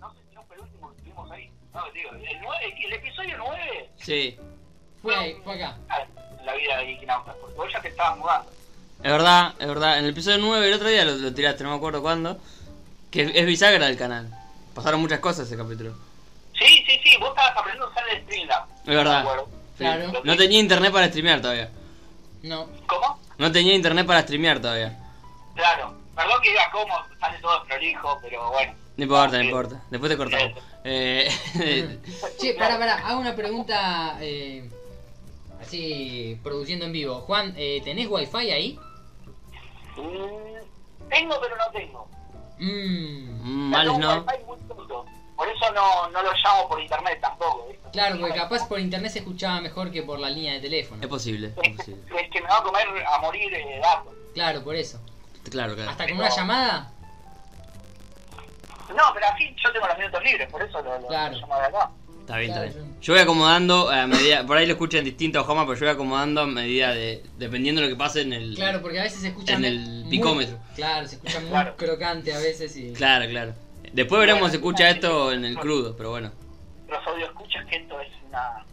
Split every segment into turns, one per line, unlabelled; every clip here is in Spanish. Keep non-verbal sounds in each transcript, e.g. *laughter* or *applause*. no sé si no fue el último que estuvimos ahí. No, digo, el, 9, el episodio 9
Sí, fue ahí, fue acá.
la vida de Iquinautas, porque vos ya te estabas mudando.
Es verdad, es verdad. En el episodio 9, el otro día lo, lo tiraste, no me acuerdo cuándo. Que es bisagra del canal. Pasaron muchas cosas ese capítulo.
Sí, sí, sí, vos estabas aprendiendo a usar el Streamlab.
Es verdad.
Me acuerdo.
Sí.
Claro.
No tenía internet para streamear todavía.
No.
¿Cómo?
No tenía internet para streamear todavía.
Claro. Perdón que diga cómo, sale todo prolijo, pero bueno.
No importa, no
Sí.
importa. Después te cortamos. Eh, *laughs*
Che, pará, pará, hago una pregunta eh, así produciendo en vivo. Juan, eh, ¿tenés wifi ahí?
Mm, Tengo, pero no tengo.
Mmm.
males
Tengo un
Mm, no.
wifi muy corto. Por eso no, no lo llamo por internet tampoco. ¿viste?
Claro, porque capaz por internet se escuchaba mejor que por la línea de
Es
teléfono.
posible, es posible.
Es que me va a comer a morir eh, datos.
Claro, por eso.
Claro, claro.
¿Hasta con una llamada?
No, pero así yo tengo los minutos libres, por eso lo, lo-
Claro.
lo llamo de acá.
Está bien, está
Claro,
bien. Yo voy acomodando eh, a medida. Por ahí lo escuchan distinto, Joma, pero yo voy acomodando a medida de. Dependiendo de lo que pase en el.
Claro, porque a veces se escucha.
En
me-
el
muy-
picómetro.
Claro, se escucha muy
Claro.
crocante a veces y.
claro. claro. Después veremos si escucha esto en el crudo, pero bueno.
Los audio escuchas que esto es una.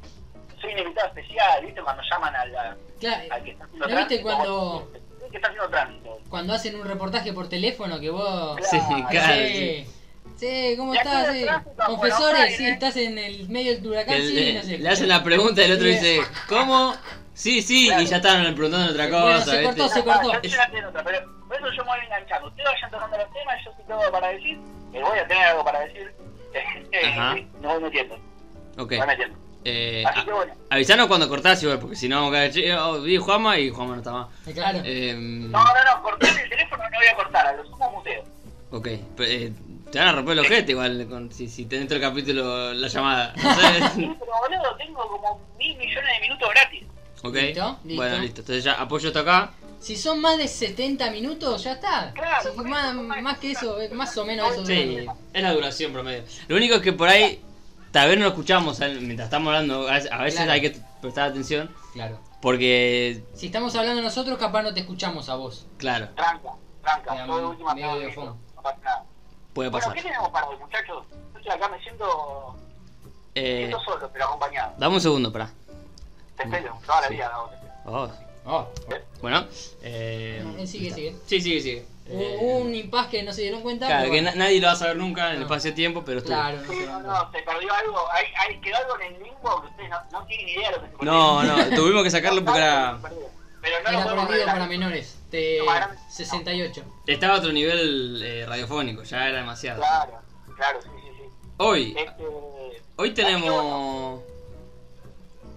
Soy un invitado especial, ¿viste? Cuando llaman al, al
Claro,
que está haciendo
¿no viste
tránsito.
cuando,
El que está haciendo tránsito.
cuando hacen un reportaje por teléfono que vos.
Sí,
Claro,
claro. sí.
Sí. Sí, ¿cómo
Y aquí
estás?
de
Sí.
tránsito a Buenos
Confesores,
Aires.
sí, estás en el medio del huracán,
Que
sí,
le,
no sé.
eh, le hacen la pregunta y el otro
Sí.
dice, ¿cómo? Sí, sí, y
Claro.
ya estaban preguntando otra
Bueno,
cosa,
se
¿viste?
cortó, se cortó.
Ah, yo estoy haciendo otra, pero por eso yo me voy enganchando. Ustedes vayan tocando los temas, yo sí tengo algo para decir, eh, voy a tener algo para decir. *laughs*
Ajá.
Eh, no voy metiendo,
Ok,
voy metiendo.
eh,
Así
a-
que bueno.
avisanos cuando cortás igual, porque si no vamos a caer, "Che, oh, vi Juanma y Juanma no está más.
Eh, Claro.
Eh,
No, no, no, cortar el teléfono no voy a cortar, a lo sumo
*laughs*
muteo.
ok, pero, eh, te van a romper el ojete igual con- si, si tenés todo el capítulo, la llamada. No sé.
*laughs*
Sí, pero boludo, tengo como mil millones de minutos gratis.
ok,
Listo, listo.
bueno, listo. Entonces ya apoyo hasta acá.
Si son más de 70 minutos, ya está.
Claro,
Si
por
más,
eso, por
más
eso,
que eso,
claro.
eh, más o menos eso.
Sí,
dura.
es la duración promedio. Lo único es que por ahí, tal vez no lo escuchamos ¿sabes? mientras estamos hablando, a veces a veces
Claro.
hay que prestar atención,
Claro.
porque,
Si estamos hablando nosotros, capaz no te escuchamos a vos.
claro,
Tranca, tranca,
Bien,
yo de última
medio
tengo
de
listo,
fondo.
no pasa nada.
puede
Bueno,
pasar.
¿qué tenemos para hoy, muchachos? Yo estoy acá, me siento, me
Eh,
siento solo, pero acompañado.
dame un segundo, pará.
Te espero, toda la
Sí.
vida. ¿no? Te espero.
Oh,
Oh.
Bueno, eh,
Eh, sigue,
está.
sigue.
Sí, sigue, sigue. Eh,
Hubo un impas que no se dieron cuenta.
claro,
pero
que
bueno.
na- nadie lo va a saber nunca en el
No.
espacio-tiempo, pero estuvo.
Claro, no
Sí,
se
no,
dan
no, se perdió algo, hay, hay, quedó algo en el limbo que ustedes no, no tienen idea de lo que se perdió.
No, no, tuvimos que sacarlo porque era...
Pero no
cuenta.
lo
Era
podemos
prohibido
revelar.
para menores. De
No, para-
68.
Estaba a otro nivel eh, radiofónico, ya era demasiado.
Claro, claro, sí, sí, sí.
Hoy,
Este,
hoy
así que bueno,
tenemos...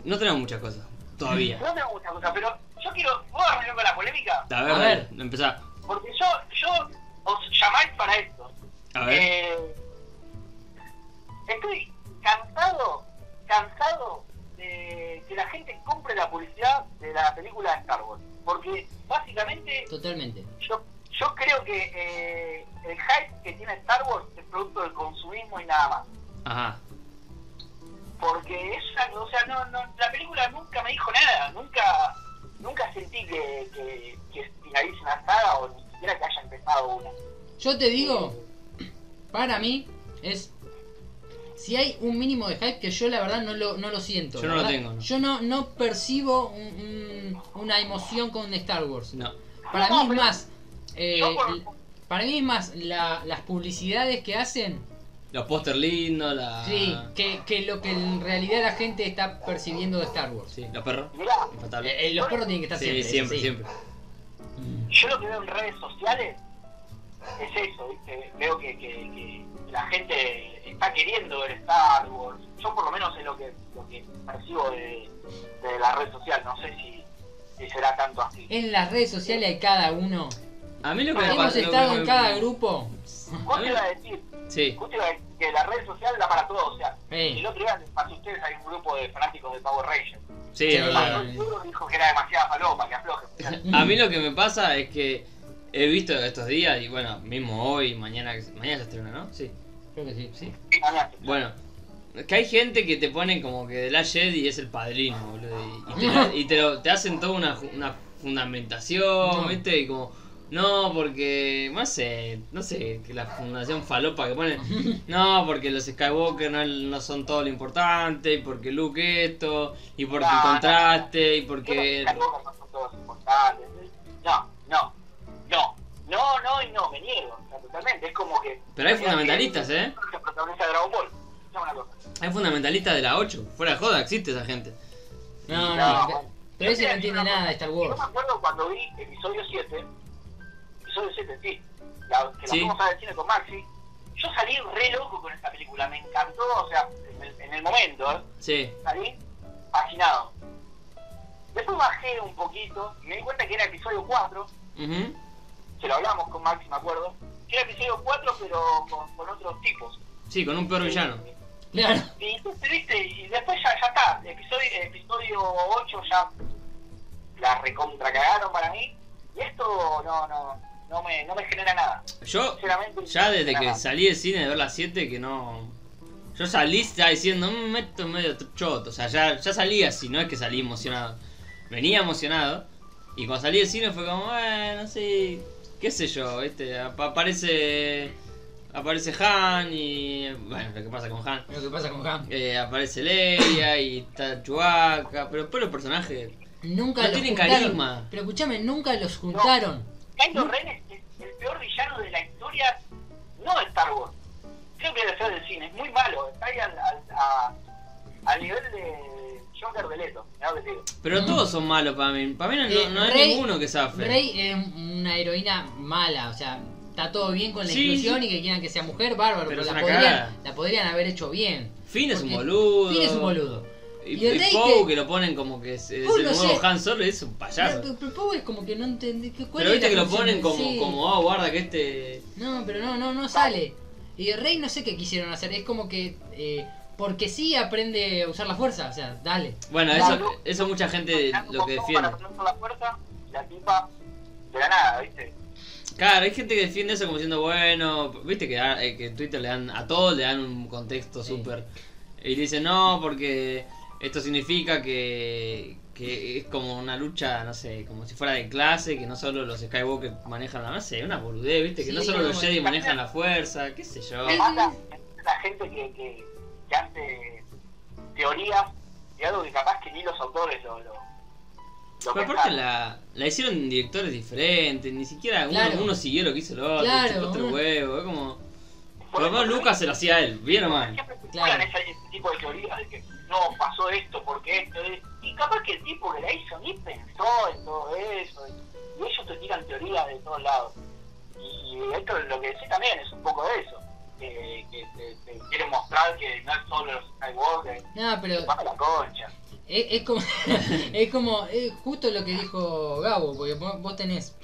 No tenemos muchas cosas, todavía.
No tengo mucha cosa, pero yo quiero. ¿Puedo arreglar con la polémica?
A ver,
A ver.
dale, empezá.
Porque yo, yo os llamáis para esto.
A ver.
Eh, estoy cansado, cansado de que la gente compre la publicidad de la película de Star Wars. Porque básicamente
Totalmente.
yo, yo creo que eh, el hype que tiene Star Wars es producto del consumismo y nada más.
Ajá.
porque es algo, o sea, no, no, la película nunca me dijo nada, nunca, nunca sentí que, que, que finalice una saga o ni siquiera que haya empezado una.
Yo te digo, para mí, es. Si hay un mínimo de hype que yo la verdad no lo, no lo siento.
Yo no lo
¿verdad?
tengo, no.
Yo no, no percibo un- un- una emoción con Star Wars.
No.
Para
No,
mí es
pero-
más. eh,
Yo por-
l- para mí es más la- las publicidades que hacen
Los póster lindos, la...
sí, que, que lo que en realidad la gente está percibiendo de Star Wars.
Sí, los perros.
Mirá,
Infaltable.
Eh, eh, los perros tienen que estar
Sí, siempre,
siempre. eso
siempre.
sí. Mm.
yo lo que veo en redes sociales es eso, ¿viste? veo que, que- que la gente está queriendo ver Star Wars, yo por lo menos es lo que, lo que percibo de, de la red social, no sé si, si será tanto así.
En las redes sociales hay cada uno.
A mí lo que me
Hemos
pasa... lo que
estado
me-
en cada grupo.
¿Cómo te iba a decir?
Sí.
Justo iba a decir que la red social da para todo, o sea,
Eh.
el otro día les pasé a ustedes hay un grupo de fanáticos de Power Rangers.
Sí,
Sí.
es verdad.
Pasó el libro, dijo que era demasiada falopa, que afloje.
A mí lo que me pasa es que he visto estos días, y bueno, mismo hoy, mañana, mañana se estrena, ¿no? Sí,
Creo que sí.
sí.
Mañana.
Bueno, que hay gente que te ponen como que de la Jedi es el padrino, boludo. Y, y te, la- y te lo- te hacen toda una, ju- una fundamentación,
No.
¿viste? Y como, No, porque. No sé. No sé. que La fundación falopa que pone. No, porque los Skywalker no, no son todo lo importante. Y porque Luke esto. Y porque
No,
el
no,
contraste. Y
Porque
porque.
las cosas no son todas importantes. ¿eh? No, no, no, no, no y no, me niego, o sea, totalmente. Es como que.
Pero hay fundamentalistas, ¿eh?
Que protagoniza Dragon Ball. Es una cosa.
Hay fundamentalistas de la 8. Fuera de joda, existe esa gente.
No,
No,
no.
bueno.
pe- Pero ese no entiende nada de Star
Yo
Wars.
me acuerdo cuando vi episodio 7, episodio 7, sí, la, que la
Sí.
fuimos a ver al cine con Maxi, yo salí re loco con esta película, me encantó, o sea, en el, en el momento, ¿eh?
Sí.
salí fascinado. Después bajé un poquito, me di cuenta que era episodio 4,
Ujú.
que lo hablamos con Maxi, me acuerdo, que era episodio 4 pero con, con otros tipos.
Sí, con un peor villano.
Claro.
Y entonces, viste, y después ya, ya está, episodio, episodio 8 ya la recontra cagaron para mí, y esto no, no, no me, no me genera nada,
Yo,
sinceramente.
ya desde que
nada.
salí del cine de ver las 7, que no. Yo salí ya diciendo, "Mm, esto es medio choto. O sea, ya, ya salí así, no es que salí emocionado. Venía emocionado. Y cuando salí del cine fue como, bueno, sí. ¿Qué sé yo? Este, ap- aparece. Aparece Han y. Bueno, lo que pasa con Han.
Lo que pasa con Ham.
Eh, aparece Leia y está Chewbacca, pero después los personajes.
Nunca
No
los
tienen
juntaron.
carisma.
Pero escúchame, nunca los juntaron.
Kylo Ren es es el peor villano de la historia, no de Star Wars. Creo que debe ser del cine, es muy malo, está ahí al, al, a- al nivel de Joker de Leto, mirá lo que te digo.
Pero
Mm.
todos son malos para mí. Para mí no,
Eh,
no hay
Rey-
ninguno que zafe.
Rey es una heroína mala, o sea, está todo bien con la
Sí,
inclusión y que quieran que sea mujer, bárbaro,
Pero
pero,
es
la,
una cagada.
podrían, la podrían haber hecho bien.
Finn es un
Porque
boludo.
Finn es un boludo.
Y,
Y el
y
Rey
Poe, que...
que-
lo ponen como que es, es
Poe
el
no
nuevo
sé.
Han Solo, es un payaso.
Pero, pero Poe es como que no entendí. ¿qué- cuál
Pero viste
es
que
la
lo
función?
ponen como,
Sí.
como oh, guarda que este.
No, pero no, no, no sale. Y Rey no sé qué quisieron hacer, es como que... eh, porque sí aprende a usar la fuerza, o sea, dale.
Bueno,
Claro.
eso, eso mucha gente
Tanto
lo que
botón
defiende.
Para poner toda la fuerza, la tipa de la nada, ¿viste?
Claro, hay gente que defiende eso como diciendo, bueno, viste que, a- eh, que en Twitter le dan, a todos le dan un contexto
Sí.
súper. Y dice, no, porque esto significa que, que es como una lucha, no sé, como si fuera de clase, que no solo los Skywalker manejan la, no sé, una boludez, viste, que
Sí,
no solo los
como-
Jedi manejan la fuerza, qué sé yo.
Me mata la gente que, que, que hace teorías de algo que capaz que ni los autores lo, lo, lo
Pero aparte
pensaron.
la, la hicieron directores diferentes, ni siquiera uno,
Claro.
uno siguió lo que hizo el otro,
Claro,
el otro
uno-
huevo, es como...
Por
Por lo menos
eso,
Lucas se lo hacía a él, bien o mal.
Siempre se
Claro.
cuelan ese, ese tipo de teorías de que no pasó esto porque esto es. Y capaz que el tipo que la hizo ni pensó en todo eso. Y, y ellos te tiran teorías de todos lados. Y, y esto es lo que decís también es un poco de eso. Que, que te, te quieren mostrar que no es solo los Skywalker,
No, pero
que pasa la concha.
Es, es como, *laughs* es como es justo lo que dijo Gabo, porque vos, vos tenés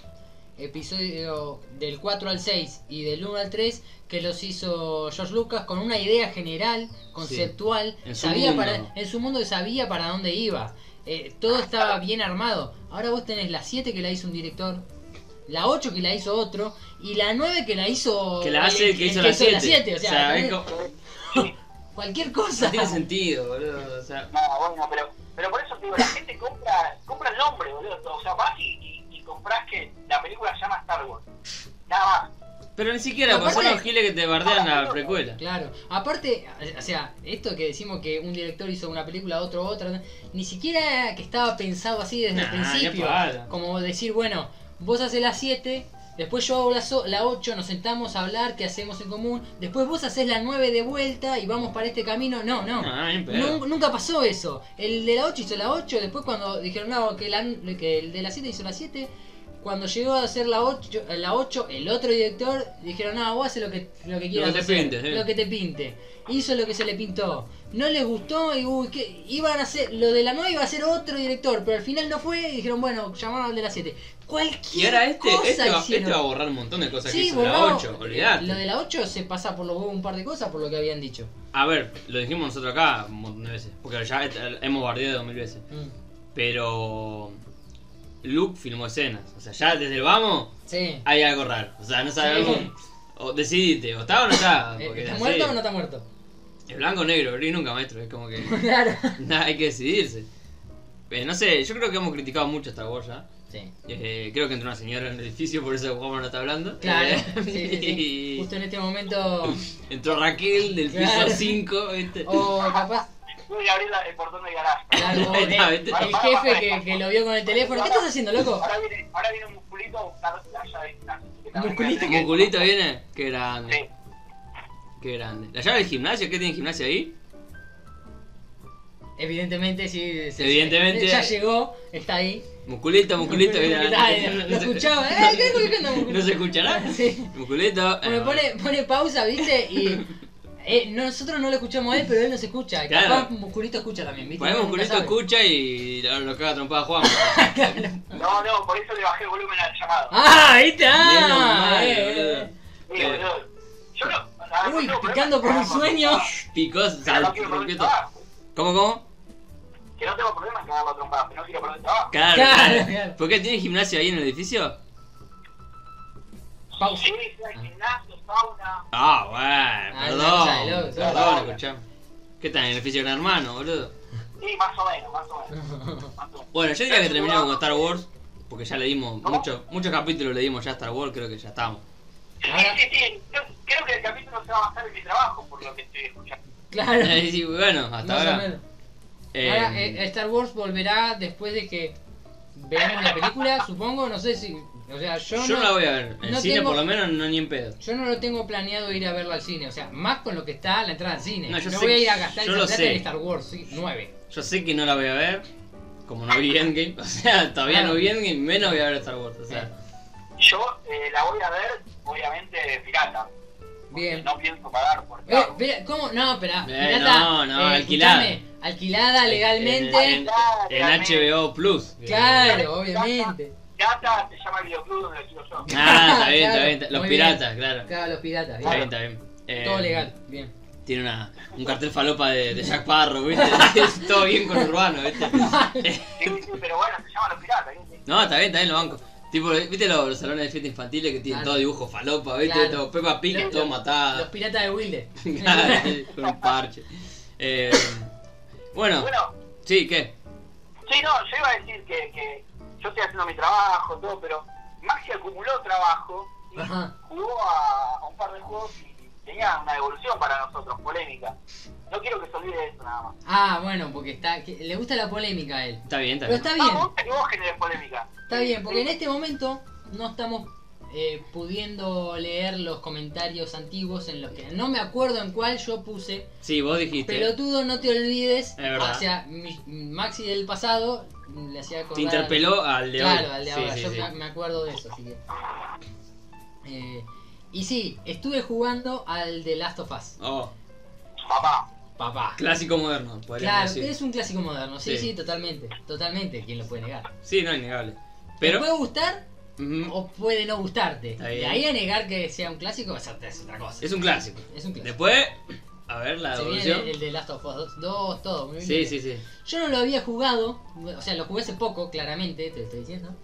episodio del 4 al 6 y del 1 al 3 que los hizo George Lucas con una idea general, conceptual,
En su
sabía
mundo.
para, en su mundo sabía para dónde iba, eh, todo estaba bien armado. Ahora vos tenés la 7 que la hizo un director, la 8 que la hizo otro y la 9 que la hizo
Que la hace el que hizo la 7.
o sea, eh.
es
¿entendés?
como-
cualquier
no
cosa.
tiene sentido, boludo. O sea,
Nada, bueno, pero, pero por eso te digo, la gente compra, compra el nombre, boludo. O sea, vas y, y, y compras que la película se llama Star Wars. Nada más.
pero ni siquiera,
Pero
porque son
aparte-
los giles que te bardean la precuela.
Claro, aparte, o sea, esto que decimos que un director hizo una película, otro otra, ni siquiera que estaba pensado así desde
Nah,
el
ni
principio.
a palo.
Como decir, bueno, vos haces la 7, después yo hago la, so- la 8, nos sentamos a hablar qué hacemos en común, después vos haces la 9 de vuelta y vamos para este camino. No, no.
No, ni en pedo.
Nun- Nunca pasó eso. El de la 8 hizo la 8, después cuando dijeron no, que, la- que el de la 7 hizo la 7, cuando llegó a hacer la 8, la 8 el otro director dijeron no, vos haces lo que, lo que quieras
que te
hacer,
pinte, sí.
lo que te pinte. Hizo lo que se le pintó. No les gustó y uy, ¿qué? iban a hacer, lo de la 9 iba a ser otro director, pero al final no fue y dijeron bueno, llamaron al de la 7. Cualquier
Y ahora este,
cosa
este, va,
hicieron.
este va a borrar un montón de cosas que
Sí,
hizo
borrado.
la 8, olvidate.
Lo de la 8 se pasa por los huevos un par de cosas por lo que habían dicho.
A ver, lo dijimos nosotros acá un montón de veces, porque ya eh, hemos bardeado mil veces.
Mm.
Pero Luke filmó escenas, o sea, ya desde el vamos
Sí.
hay algo raro. O sea, no sabemos.
Sí.
O decidite, o está o no está.
Eh,
Ah, porque
¿Está
así-
muerto o no está muerto?
El blanco o negro, gris nunca, maestro. Es como que. *laughs*
Claro.
Eh, nada, hay que decidirse. Pero no sé, yo creo que hemos criticado mucho a Star Wars ya.
Sí.
Eh, creo que entró una señora en el edificio, por eso Juanma no está hablando.
Claro,
Eh,
sí, sí, sí.
*laughs* y
Justo en este momento.
*laughs* Entró Raquel del
Claro. Oh.
piso 5.
O capaz.
Voy a abrir la- el portón del garaje.
claro, o
Ahí *laughs*
el,
está, ¿viste?
el jefe que, que lo vio con el teléfono. ¿Qué estás haciendo, loco?
Ahora viene, ahora viene un musculito a buscar la llave. de la- de la-
Musculito.
¿Musculito viene? Qué grande,
Sí.
qué grande. ¿La llave del gimnasio? ¿Qué tiene gimnasia ahí?
Evidentemente, sí. se-
Evidentemente.
Ya llegó, está ahí.
Musculito, musculito. viene.
Ay, Lo escuchaba. Eh, ¿qué- qué- qué
*laughs*
onda,
¿No se escuchará?
Sí.
Musculito. eh,
Bueno, pone, pone pausa, ¿viste? Y. eh, nosotros no lo escuchamos a él, pero él nos escucha.
Claro.
Capaz Musculito escucha también, ¿viste?
Ponemos
Uno nunca
musculito,
sabe. *laughs*
escucha y lo, lo caga trompada Juan.
No, no, por eso le bajé el volumen al llamado.
¡Ah! ¿Viste? *laughs*
Menos
¡Ah!
mal,
eh, eh.
boludo.
Sí, boludo. Yo no. a ver,
Uy,
no, pero-
picando por un sueño.
Picó,
Pero
sal,
no quiero perder el
rompió todo.
trabajo.
¿Cómo, cómo?
ah, Que no tengo problema en cagar la trompada, pero no quiero perder el trabajo.
Claro.
Claro, claro.
¿Por qué tiene gimnasio ahí en el edificio?
Pausa.
Sí, sí, hay gimnasio, sauna.
Ah, bueno,
Ah,
perdón.
no, no, no, no, no.
perdón, escuchá. ¿Qué tal en el edificio de Gran Hermano, boludo?
Sí, más o menos, más o menos. más o menos.
Ah.
Bueno, yo diría que terminamos con Star Wars, porque ya le dimos
¿Cómo?
muchos muchos capítulos le dimos ya a Star Wars, creo que ya
*laughs*
estamos. *laughs*
Sí,
Ahora-
sí, sí. Yo creo que el capítulo se va a basar en mi trabajo, por lo que estoy escuchando.
*laughs* Claro.
Eh, sí, bueno, hasta
Más o
ahora.
menos.
eh,
Ahora, eh, Star Wars volverá después de que veamos la película, supongo. No sé si. O sea, yo,
yo
no,
no la voy a ver. En
no
cine,
tengo-
por lo menos, no ni en pedo.
yo no lo tengo planeado ir a verla al cine. O sea, más con lo que está la entrada al cine.
No, yo sé-
voy a ir a gastar
yo
esa
lo
plata
sé.
en Star Wars sí, 9.
Yo sé que no la voy a ver, como no vi Endgame. *laughs* O sea, todavía no
Ah.
vi Endgame, menos voy a ver Star Wars. O sea,
Yo eh, la voy a ver, obviamente, pirata. porque
Bien.
No pienso pagar por
Eh,
pirata.
espera, ¿cómo? No, espera.
Eh,
pirata,
no, no,
eh,
alquilada.
escuchame, Alquilada Ah, legalmente.
En, en- en HBO Plus.
Claro, obviamente.
Pirata se llama el videoclub donde lo quiero yo.
*laughs*
Ah, está bien, está
Claro,
bien. está- Los
muy
piratas, claro.
Claro, los piratas.
Está bien,
bien.
está bien. Eh,
Todo legal. Bien.
Tiene una, un cartel falopa de, de Jack Parro, ¿viste? *laughs* Es Todo bien con Urbano,
*laughs*
¿viste?
Sí, sí, pero bueno, se llaman los piratas. ¿viste?
No, está bien, está bien, lo banco. Tipo, ¿viste los, los salones de fiesta infantiles que tienen
Claro.
todo dibujo falopa, ¿viste?
Claro.
Todo Peppa Pig,
Los-
todo
Los
*laughs* matado.
piratas de Wilde.
con un parche. Eh, bueno,
Bueno,
sí, ¿qué?
sí, no, yo iba a decir que, que yo estoy haciendo mi trabajo, todo, pero Maxi acumuló trabajo y
Ajá.
jugó a, a un par de juegos y tenía una devolución para nosotros, polémica. No quiero que se olvide eso nada más.
Ah, bueno, porque está, que- le gusta la polémica a él.
Está bien, está
Pero
bien.
está
Ah,
bien,
me gusta que vos generes polémica.
está bien, porque en este momento no estamos eh, pudiendo leer los comentarios antiguos en los que no me acuerdo en cuál yo puse.
Sí, vos dijiste.
Pelotudo, no te olvides.
Es verdad.
O sea, mi- Maxi del pasado le hacía acordar.
Te interpeló al de hoy.
Claro, al de
Sí,
ahora.
sí,
Yo
sí.
me- me acuerdo de eso, así que. Eh, y sí, estuve jugando al de Last of Us.
Oh,
Papá,
Papá.
clásico moderno, podríamos
Claro,
decir.
es un clásico moderno, sí,
Sí.
sí, totalmente, totalmente, ¿quién lo puede negar?
Sí, no, innegable.
¿Te
Pero.
puede gustar
ujú,
o puede no gustarte?
Está bien.
De ahí a negar que sea un clásico o sea, es otra cosa.
Es un clásico.
Es un clásico.
Después, a ver la
Se
devolución.
viene el de Last of Us 2, todo, muy
Sí,
bien.
sí, sí.
Yo no lo había jugado, o sea, lo jugué hace poco, claramente, te lo estoy diciendo.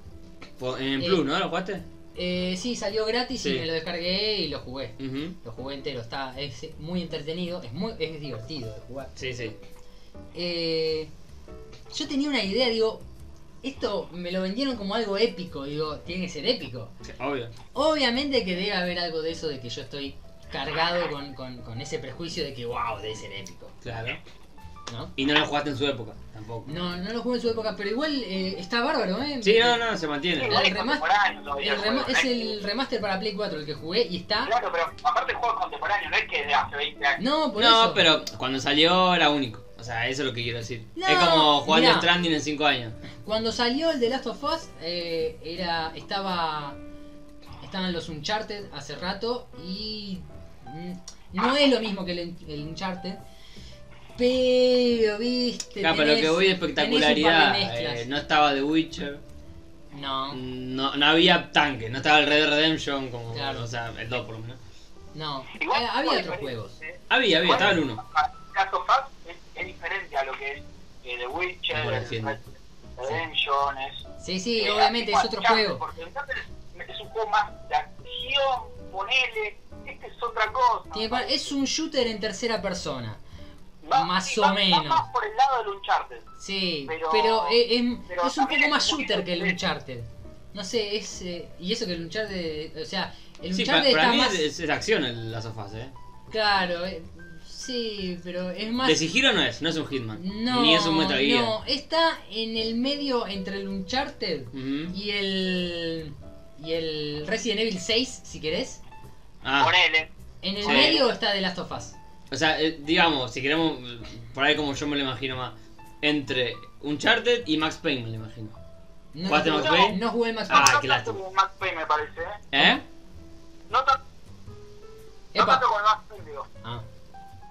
Po- En
Eh,
Plus, ¿no? ¿Lo jugaste?
Eh, sí, salió gratis
Sí.
y me lo descargué y lo jugué.
Ujú.
Lo jugué entero, está, es muy entretenido, es muy, es divertido de jugar.
Sí, sí.
Eh, yo tenía una idea, digo, esto me lo vendieron como algo épico, digo, tiene que ser épico.
Sí, Obvio.
Obviamente que debe haber algo de eso de que yo estoy cargado con, con- con ese prejuicio de que, wow, debe ser épico,
Claro.
¿no?
Y no lo jugaste en su época, tampoco.
No, no lo jugué en su época, pero igual eh, está bárbaro, ¿eh?
Sí, no, no, se mantiene.
igual es
remaster-
contemporáneo todavía
El
el
rema-
juego,
es
¿no?
el remaster para Play 4 el que jugué y está...
Claro, pero aparte el juego es contemporáneo, no es que de hace 20 años.
No, por
No,
eso.
pero cuando salió era único. O sea, eso es lo que quiero decir.
No,
es como jugar
mirá.
Death Stranding en 5 años.
Cuando salió el de Last of Us, eh, era, estaba, estaban los Uncharted hace rato y mm, no es lo mismo que el, el Uncharted, pero viste.
Claro, pero lo que
tenés-
voy de
tenés un par de
espectacularidad.
mezclas.
eh, no estaba The Witcher.
No,
No, no había tanque. No estaba el Red Dead Redemption como.
Claro.
O sea, el 2 por lo menos.
no,
Igual
Eh, había otros juegos.
Había, había, estaba el 1.
Caso Fast es, es diferente a lo que es eh, The Witcher,
No lo
el
defiendo.
Red Redemption, es...
Sí, sí,
Eh,
obviamente
igual,
es otro
Uncharted,
juego.
Porque Uncharted es- es un juego más de acción, ponele, este es otra cosa.
Tiene par- es un shooter en tercera persona.
Va-
más
sí,
o
va- va
menos.
más por el lado del Uncharted.
Sí, pero,
Pero-
e- em-
pero
es un
también
poco más
es un
shooter que el
poquito-
Uncharted. No sé, es. eh, y eso que el luchar de. O sea, el
Sí,
luchar
pa-
de
para
está
mí
más.
es, es acción el, las sofás, ¿eh?
Claro, eh, sí, pero es más.
De sigilo no es, no es un Hitman.
No,
ni es un Metal Gear.
no, está en el medio entre el Uncharted
Ujú.
y el. y el Resident Evil 6, si querés.
Ah,
Ponele.
En el
Sí.
medio está The Last of Us.
o sea, eh, digamos, si queremos, mm, por ahí como yo me lo imagino más, entre Uncharted y Max Payne me lo imagino.
No,
¿Jugaste
no,
Max Payne?
no jugué Max
Ah,
Payne.
no tanto
qué lástima.
como Max Payne, me parece. ¿eh?
¿Eh?
No, tan- no
Epa,
tanto como el Max Payne, digo.
Ah.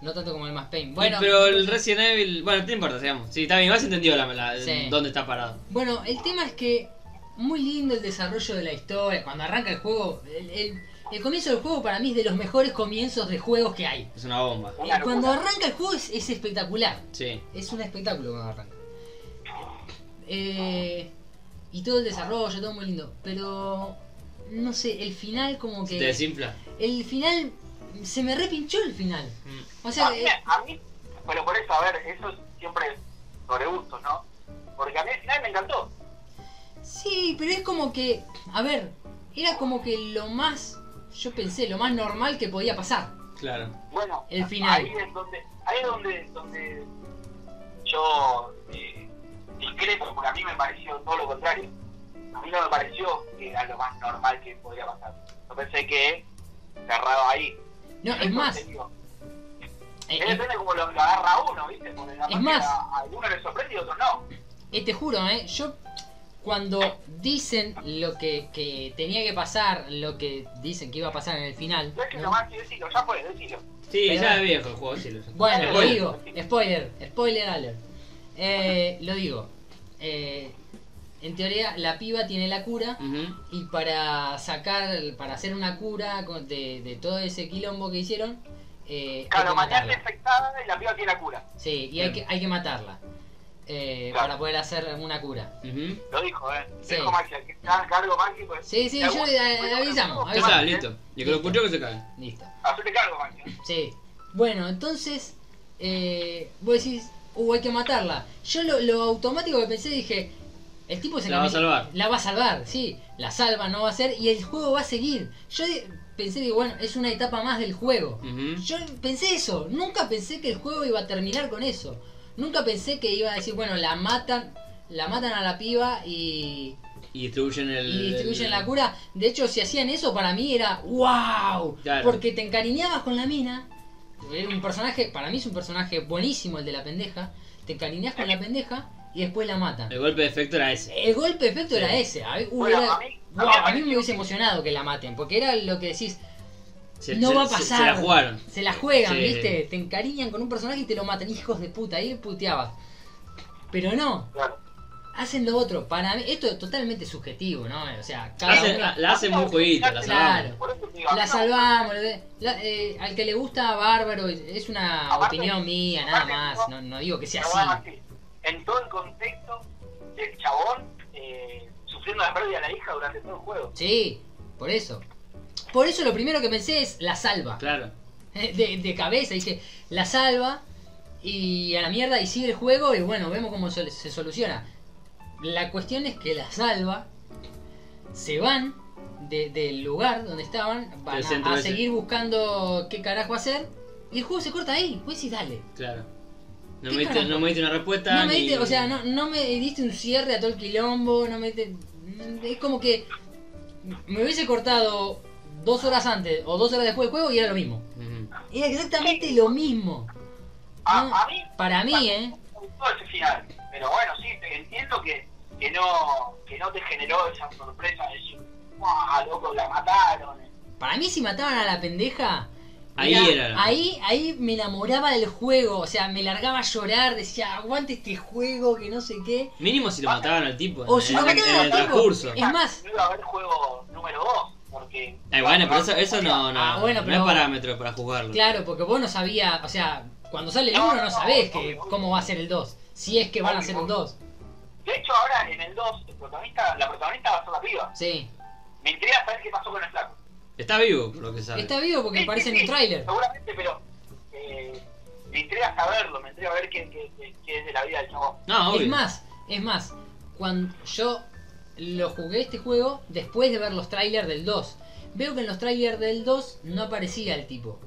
no tanto como el Max Payne.
Bueno,
Bueno,
pero el Resident Evil, bueno, no importa, digamos. Sí, está bien, has entendido la, la-
Sí.
dónde está parado.
Bueno, el tema es que muy lindo el desarrollo de la historia. Cuando arranca el juego, el, el- el comienzo del juego para mí es de los mejores comienzos de juegos que hay.
Es una bomba.
Una
Y cuando
locura.
arranca el juego es, es espectacular.
Sí.
Es un espectáculo cuando arranca. Eh, y todo el desarrollo, todo muy lindo. Pero, no sé, el final como
Se te
que...
desinfla.
El final... Se me repinchó el final.
Mm,
O
a,
sea,
mí,
eh,
me- a mí, pero por eso, a ver, eso es siempre sobre gustos, ¿no? Porque a mí al final me encantó.
Sí, pero es como que, a ver, era como que lo más, yo pensé, lo más normal que podía pasar.
Claro.
Bueno,
El final.
ahí es donde, ahí es donde, donde yo eh, discrepo, porque a mí me pareció todo lo contrario. A mí no me pareció que era lo más normal que podría pasar. Yo pensé que cerrado ahí.
No, es más, eh,
Te digo, Es
eh,
depende como lo, lo agarra uno, ¿viste? Porque capaz
Es
que
más.
a, a alguno le sorprende y a otro no.
eh, te juro, eh, yo cuando dicen lo que, que tenía que pasar, lo que dicen que iba a pasar en el final.
No es que
¿no?
nomás que decirlo, ya fue, decirlo.
Sí,
Pero-
ya es viejo el juego, sí. Lo sé.
Bueno, lo
Spoiler.
digo, spoiler, spoiler alert. Eh, lo digo, eh, en teoría la piba tiene la cura.
Ujú.
Y para sacar, para hacer una cura con- de, de todo ese quilombo que hicieron, eh, hay
Claro,
que
mañana
matarla.
infectada y la piba tiene la cura.
Sí, y hay que, hay que matarla. eh,
Claro.
Para poder hacer una cura.
Ujú.
Lo dijo, ¿eh?
Sí.
Dijo Maxi, el que está a cargo Maxi, pues.
Sí, sí,
Ya,
yo
bueno,
eh,
bueno,
avisamos.
bueno,
Ya
avisamos.
está, listo. Y que lo escuchó que se cae.
Listo.
Hacete cargo, Maxi.
Sí. Bueno, entonces, eh, vos decís, uh, hay que matarla. Yo lo, lo automático que pensé, dije, el tipo se
La va a
cambi-
salvar.
La va a salvar, sí. La salva, no va a ser, y el juego va a seguir. Yo de- pensé, digo, bueno, es una etapa más del juego.
Ujú.
Yo pensé eso, nunca pensé que el juego iba a terminar con eso. Nunca pensé que iba a decir, bueno, la matan, la matan a la piba y,
Y distribuyen el.
y distribuyen
el-
la cura. De hecho, si hacían eso para mí era wow,
Claro.
porque te encariñabas con la mina. Era un personaje, para mí es un personaje buenísimo el de la pendeja. Te encariñas con la pendeja y después la matan.
El golpe de efecto era ese.
El golpe
Sí.
efecto era ese. A mí, uh,
Bueno,
era-
a mí- a mí me
wow, a mí me
pareció-
hubiese emocionado que la maten, porque era lo que decís,
Se-
No
se-
va a
se-
pasar.
Se, la jugaron.
Se la juegan,
Sí.
¿viste? Te encariñan con un personaje y te lo matan, hijos de puta, ahí puteabas. Pero no,
Claro.
hacen lo otro. Para mí, esto es totalmente subjetivo, ¿no? O sea, cada
Hacen-
uno-
la, la hacen
*laughs*
un jueguito, la salvaron.
Por eso te digo, a
la
mí no-
salvamos. le- la- eh, al que le gusta Bárbaro, es una
Aparte-
opinión mía, nada
aparte,
más. No, no digo que sea
Pero bueno,
así.
Maxi, En todo el contexto del chabón eh, sufriendo la pérdida de la hija durante todo el juego.
Sí, por eso. Por eso lo primero que pensé es la salva.
Claro.
De, de cabeza, dije, la salva y a la mierda y sigue el juego y bueno, vemos cómo se, se soluciona. La cuestión es que la salva, se van de- del lugar donde estaban, van
Del
a-
centro
a,
ese.
seguir buscando qué carajo hacer y el juego se corta ahí, pues sí, dale.
Claro. No
¿Qué
me, diste,
carajo?
no me diste una respuesta.
No me
ni-
diste, o sea, no, no me diste un cierre a todo el quilombo, no me diste- Es como que me hubiese cortado dos horas antes o dos horas después del juego y era lo mismo.
Ujú.
Era exactamente lo mismo.
A,
No.
a mí
Para mí, ¿eh?
me gustó ese final. Pero bueno, sí, te- entiendo que, que, no, que no te generó esa sorpresa de decir, ¡guau, loco, la mataron!
Para mí si mataban a la pendeja...
Ahí era la-
Ahí, ahí me enamoraba del juego, o sea, me largaba a llorar, decía, aguante este juego, que no sé qué.
Mínimo si lo mataban al tipo.
O
en-
si lo
en-
mataban
en
al
el
tipo.
transcurso.
Es más-
No iba a haber juego número 2, porque...
Ay, Ah, bueno, pero eso, eso no, no,
Ah, bueno,
no
pero-
es parámetro para jugarlo.
Claro, porque vos no sabías, o sea, cuando sale el
No,
1
no,
no
no,
sabés
no,
que,
no.
cómo va a ser el 2, si es que van a ser un 2.
De hecho, ahora en el 2, el protagonista, la protagonista va a ser la piba.
Sí.
Me intriga saber qué pasó con el flaco.
Está vivo, por lo que sabe.
Está vivo porque
Sí,
aparece
sí,
en un
sí,
tráiler.
Seguramente, pero eh, me intriga saberlo, me intriga
Ah,
ver qué, qué- qué- qué es de la vida del chabón.
No, obvio.
Es más, es más, cuando yo lo jugué este juego después de ver los trailers del 2. Veo que en los trailers del 2 no aparecía el tipo.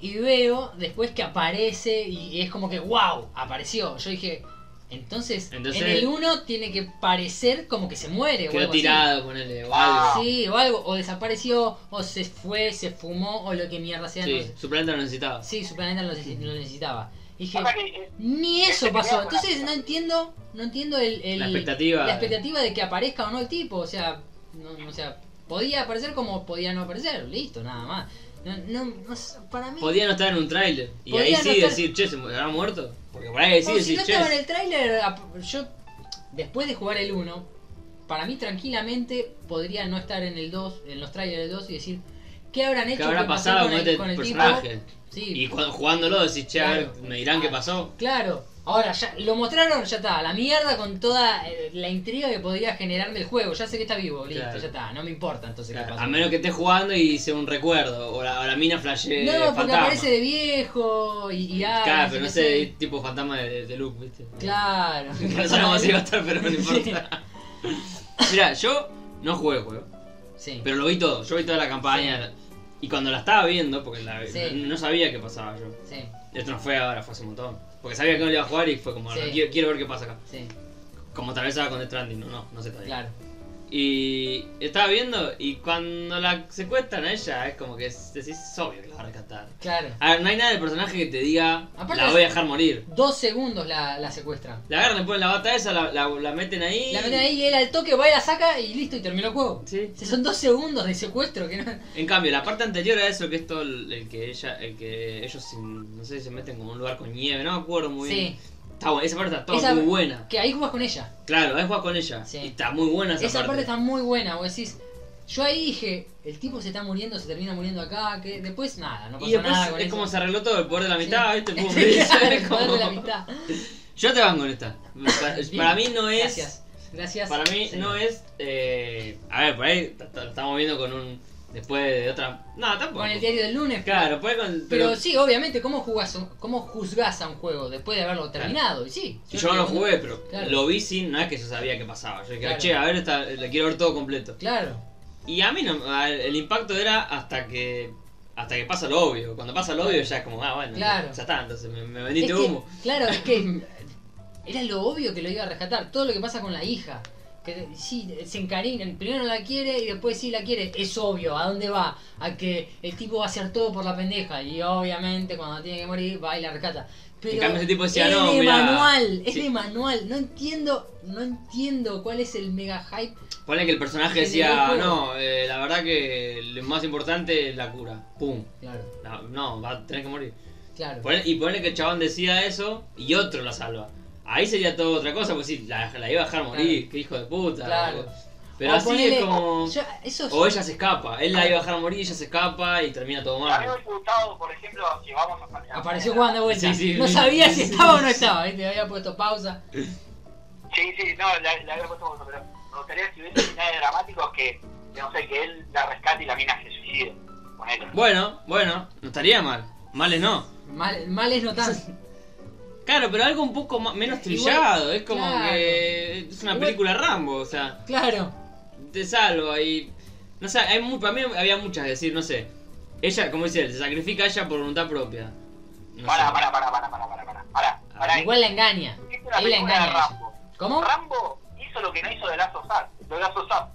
Y veo después que aparece y es como que, wow, apareció. Yo dije, entonces,
Entonces-
en el 1 tiene que parecer como que se muere. o
Quedó
algo así.
tirado, ponele, o algo.
Sí, o algo, o desapareció, o se fue, se fumó, o lo que mierda sea. no
Sí,
sé.
su planeta lo necesitaba.
Sí, su planeta lo, neces- lo necesitaba. Y dije,
Pasa que, eh,
ni eso
Este
pasó.
tenía buena
Entonces no
pinta.
entiendo, no entiendo el, el-
La expectativa.
la expectativa de que aparezca o no el tipo. O sea, no, o sea, podía aparecer como podía no aparecer, listo, nada más. No, no, no sé, para mí.
Podía no estar en un tráiler. Y
Podía
ahí
no
sí
estar-
decir, che, se mu- habrá muerto. Porque por ahí sí
Como si
decir,
no
che.
estaba en el tráiler, ap- yo después de jugar el 1, para mí tranquilamente podría no estar en el 2, en los trailers del 2 y decir qué habrán hecho
¿Qué habrá
qué pasó
pasado
con
con
el,
este
con el
personaje?
tipo. Sí.
Y cuando, jugándolo decís, che, a ver,
Claro. Ah.
me dirán qué pasó.
Claro. Ahora ya lo mostraron, ya está, la mierda con toda eh, la intriga que podría generarme el juego. Ya sé que está vivo, listo,
Claro.
ya está, no me importa entonces qué pasó.
A menos que estés jugando y sea un recuerdo. O la, o la mina flashee
no, porque
fantasma.
aparece de viejo y, y habla,
Claro, pero no
qué
sé, tipo fantasma de, de Luke, ¿viste?
Claro.
Por eso *laughs* no vamos a ir a estar,
*laughs*
pero no importa. Mira, yo no jugué el juego,
Sí.
pero lo vi todo. Yo vi toda la campaña. Y cuando la estaba viendo, porque la-
Sí.
no, no sabía qué pasaba yo.
Sí.
Esto no fue ahora, fue hace un montón. Porque sabía que no le iba a jugar y fue como,
Sí.
"No, quiero, quiero ver qué pasa acá.
Sí.
Como tal vez estaba con Death Stranding, no, no, no sé todavía.
Claro.
Y estaba viendo, y cuando la secuestran a ella, es como que es, decís, "Es obvio que la va a rescatar.
Claro.
A ver, no hay nada del personaje que te diga,
Aparte
la
es-
voy a dejar morir.
Dos segundos la, la secuestran.
La agarran, le ponen la bata esa, la, la- la meten ahí.
La meten ahí y él al toque va y la saca y listo y terminó el juego.
Sí.
Si Son dos segundos de secuestro que no.
En cambio, la parte anterior a eso, que es todo el, el que ella, el que ellos, se- no sé, se meten como en un lugar con nieve, no me acuerdo muy bien.
Sí.
Está bueno, esa parte está toda
Esa-
muy buena.
Que ahí juegas con ella.
Claro, ahí juega con ella.
Sí.
Y está muy buena esa,
Esa parte. está muy buena, vos decís. Yo ahí dije, el tipo se está muriendo, se termina muriendo acá, que después nada, no
Y
pasa
después
nada con
es
eso.
como
*laughs*
se arregló todo el poder de la
Sí.
mitad,
*laughs*
¿viste? Pum, *laughs*
Claro,
es
el poder de la
como-
mitad.
Yo te banco en esta. Para, para mí no es.
Gracias. Gracias.
Para mí
Sí.
no es. eh, a ver, por ahí t- t- estamos viendo con un. Después de otra. No, tampoco.
Con el diario del lunes.
Claro, por ahí con.
Pero, sí, obviamente, ¿cómo, jugás un- ¿cómo juzgás a un juego después de haberlo terminado? Y sí.
Y yo no lo
digo-
jugué, pero
Claro.
lo vi sin. No es que yo sabía qué pasaba. Yo dije,
Claro.
che, a ver, esta, la quiero ver todo completo.
Claro.
Y a mí no, a- el impacto era hasta que. Hasta que pasa lo obvio. Cuando pasa lo obvio ya es como, ah, bueno,
Claro.
ya está, entonces me, me
Es
vendiste
que,
humo.
claro,
*laughs*
es que era lo obvio que lo iba a rescatar. Todo lo que pasa con la hija. Que sí, se encariñan. Primero no la quiere y después sí la quiere. Es obvio. ¿A dónde va? A que el tipo va a hacer todo por la pendeja. Y obviamente cuando tiene que morir va y la rescata. Pero
En cambio, ese tipo decía,
es
"No,
de
mirá".
manual. Es
Sí.
de manual. No entiendo, no entiendo cuál es el mega hype.
Pone que el personaje
En el
decía,
juego.
no, eh, la verdad que lo más importante es la cura. Pum.
Claro,
No, no, va a tener que morir.
claro.
Ponele- y ponle que el chabón decía eso y otro la salva. Ahí sería todo otra cosa, pues sí, la, la iba a dejar morir,
Claro.
qué hijo de puta.
Claro.
Pero
O
así
ponele-
es como.
yo- eso es-
O ella se escapa, él la iba a dejar morir, ella se escapa y termina todo
A mí me
mal.
hubiese gustado, por ejemplo, si vamos a pasar.
Apareció Juan de vuelta.
Sí, sí,
no
sí.
sabía si estaba o no estaba. ¿viste? Había puesto pausa.
Sí, sí, no, la, la había puesto vos, pero me gustaría si hubiese finales dramáticos que, no sé, que él la rescate y la mina se suicide. Ponele.
Bueno, bueno, no estaría mal. Males no.
Mal, mal es no tan.
Claro, pero algo un poco ma- menos
Igual-
trillado. es como
claro.
que. Es una
Igual-
película Rambo, o sea.
*laughs* Claro.
te salvo y no sé hay mu- para mí había muchas es decir no sé ella como dice él, se sacrifica a ella por voluntad propia no
Para,
sé.
para, para, para, para, para, para, para,
Ah,
para.
Igual la engaña.
Hiciste una
Él la
película de
engaña. a ella.
Rambo.
¿Cómo?
Rambo hizo lo que no hizo de Lazo Sap. De Lazo Sap.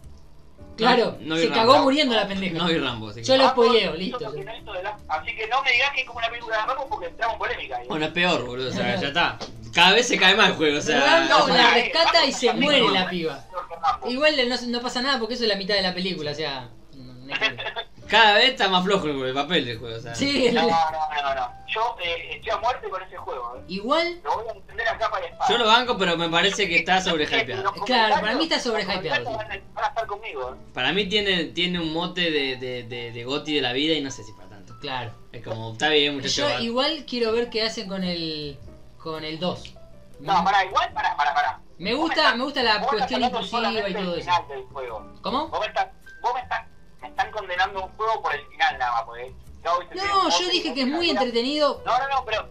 Claro,
no vi
se
Rambo.
cagó muriendo la pendeja.
no vi Rambo así que-
Yo lo
Rambo
spoileo,
hizo
listo.
lo que no hizo de Lazo- Así que no me digas que es como una película de Rambo porque entramos en polémica. ahí.
bueno es peor boludo o sea ya
*laughs*
está cada vez se cae más el juego o sea
Rambo
no,
la
eh,
rescata y
Rambo
se
también
muere
*laughs* no,
la
eh.
piba.
Peor que Rambo.
Igual no, no pasa nada porque eso es la mitad de la película, o sea. no- no es que-
*laughs*
cada vez está más flojo el, el papel del juego o sea
Sí,
No, no, no, no, no. Yo eh, estoy a muerte con ese juego. eh.
*laughs* igual.
Lo voy a defender acá para Eh, espada.
yo lo banco pero me parece que está sobrehypeado
Claro, para mí está sobrehypeado,
Los comentarios Van a estar conmigo. eh.
para mí tiene tiene un mote de de, de, de Gotti de la vida y no sé si para tanto
Claro.
es como está bien muchachos
Yo igual quiero ver qué hacen con el. con el 2.
No, pará, igual, pará, pará, pará.
Me gusta, me gusta la
Vos me estás
cuestión
hablando
inclusiva y
solamente
todo
del
eso.
final del juego.
¿Cómo?
Vos me estás, vos me estás, me están condenando un juego por el final nada más, porque... No,
No, yo dije que es muy entretenido.
No, no, no, pero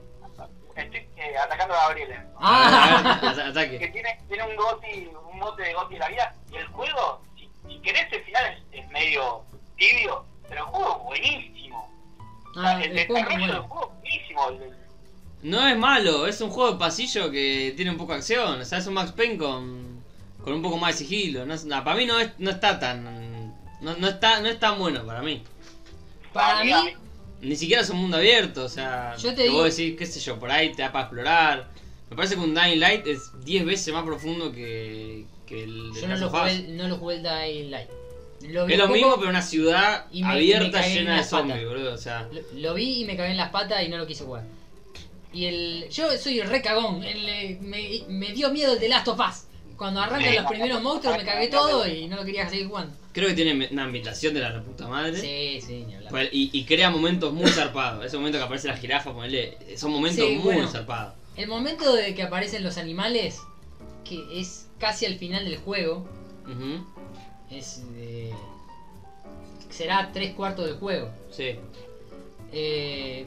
estoy, eh, eh, atacando a Gabriela.
Ah,
A ver, ata-
Que
ataque.
tiene, tiene un goti, un bote de goti de la vida. Y el juego, si, si querés, el final es, es medio tibio, pero el juego es buenísimo. O sea,
ah,
el
el juego es
desarrollo del
muy bueno.
juego es buenísimo. El- el-
No es malo, es un juego de pasillo que tiene un poco de acción. O sea, es un Max Payne con, con un poco más de sigilo. No, es- no, para mí no, es, no está tan. No, no está, no es tan bueno para mí.
Para
la
mí,
liga-
Ni siquiera es un mundo abierto, o sea.
Yo te
que
digo-
vos decís, qué sé yo, por ahí te da para explorar. Me parece que un Dying Light es 10 veces más profundo que, que el de
yo no
Last
lo,
of
jugué,
Us.
el- no lo jugué el Dying Light. Lo vi
Es lo
un poco,
mismo, pero una ciudad
y me- me
abierta
caí en
llena de
las patas.
zombies, boludo. O sea,
Lo, lo vi y me cagué en las patas y no lo quise jugar. Y el. Yo soy re cagón. el, eh, me, me dio miedo el de Last of Us. Cuando arrancan
Sí.
los primeros monstruos me cagué todo y no lo quería seguir jugando.
creo que tiene una ambientación de la reputa madre.
Sí, sí, ni hablar.
Pues, Y, y crea momentos muy zarpados. Ese momento que aparece la jirafa, ponele. Son momentos
Sí,
muy
bueno.
zarpados.
El momento de que aparecen los animales, que es casi al final del juego,
Ujú,
es de- será tres cuartos del juego.
Sí.
Eh,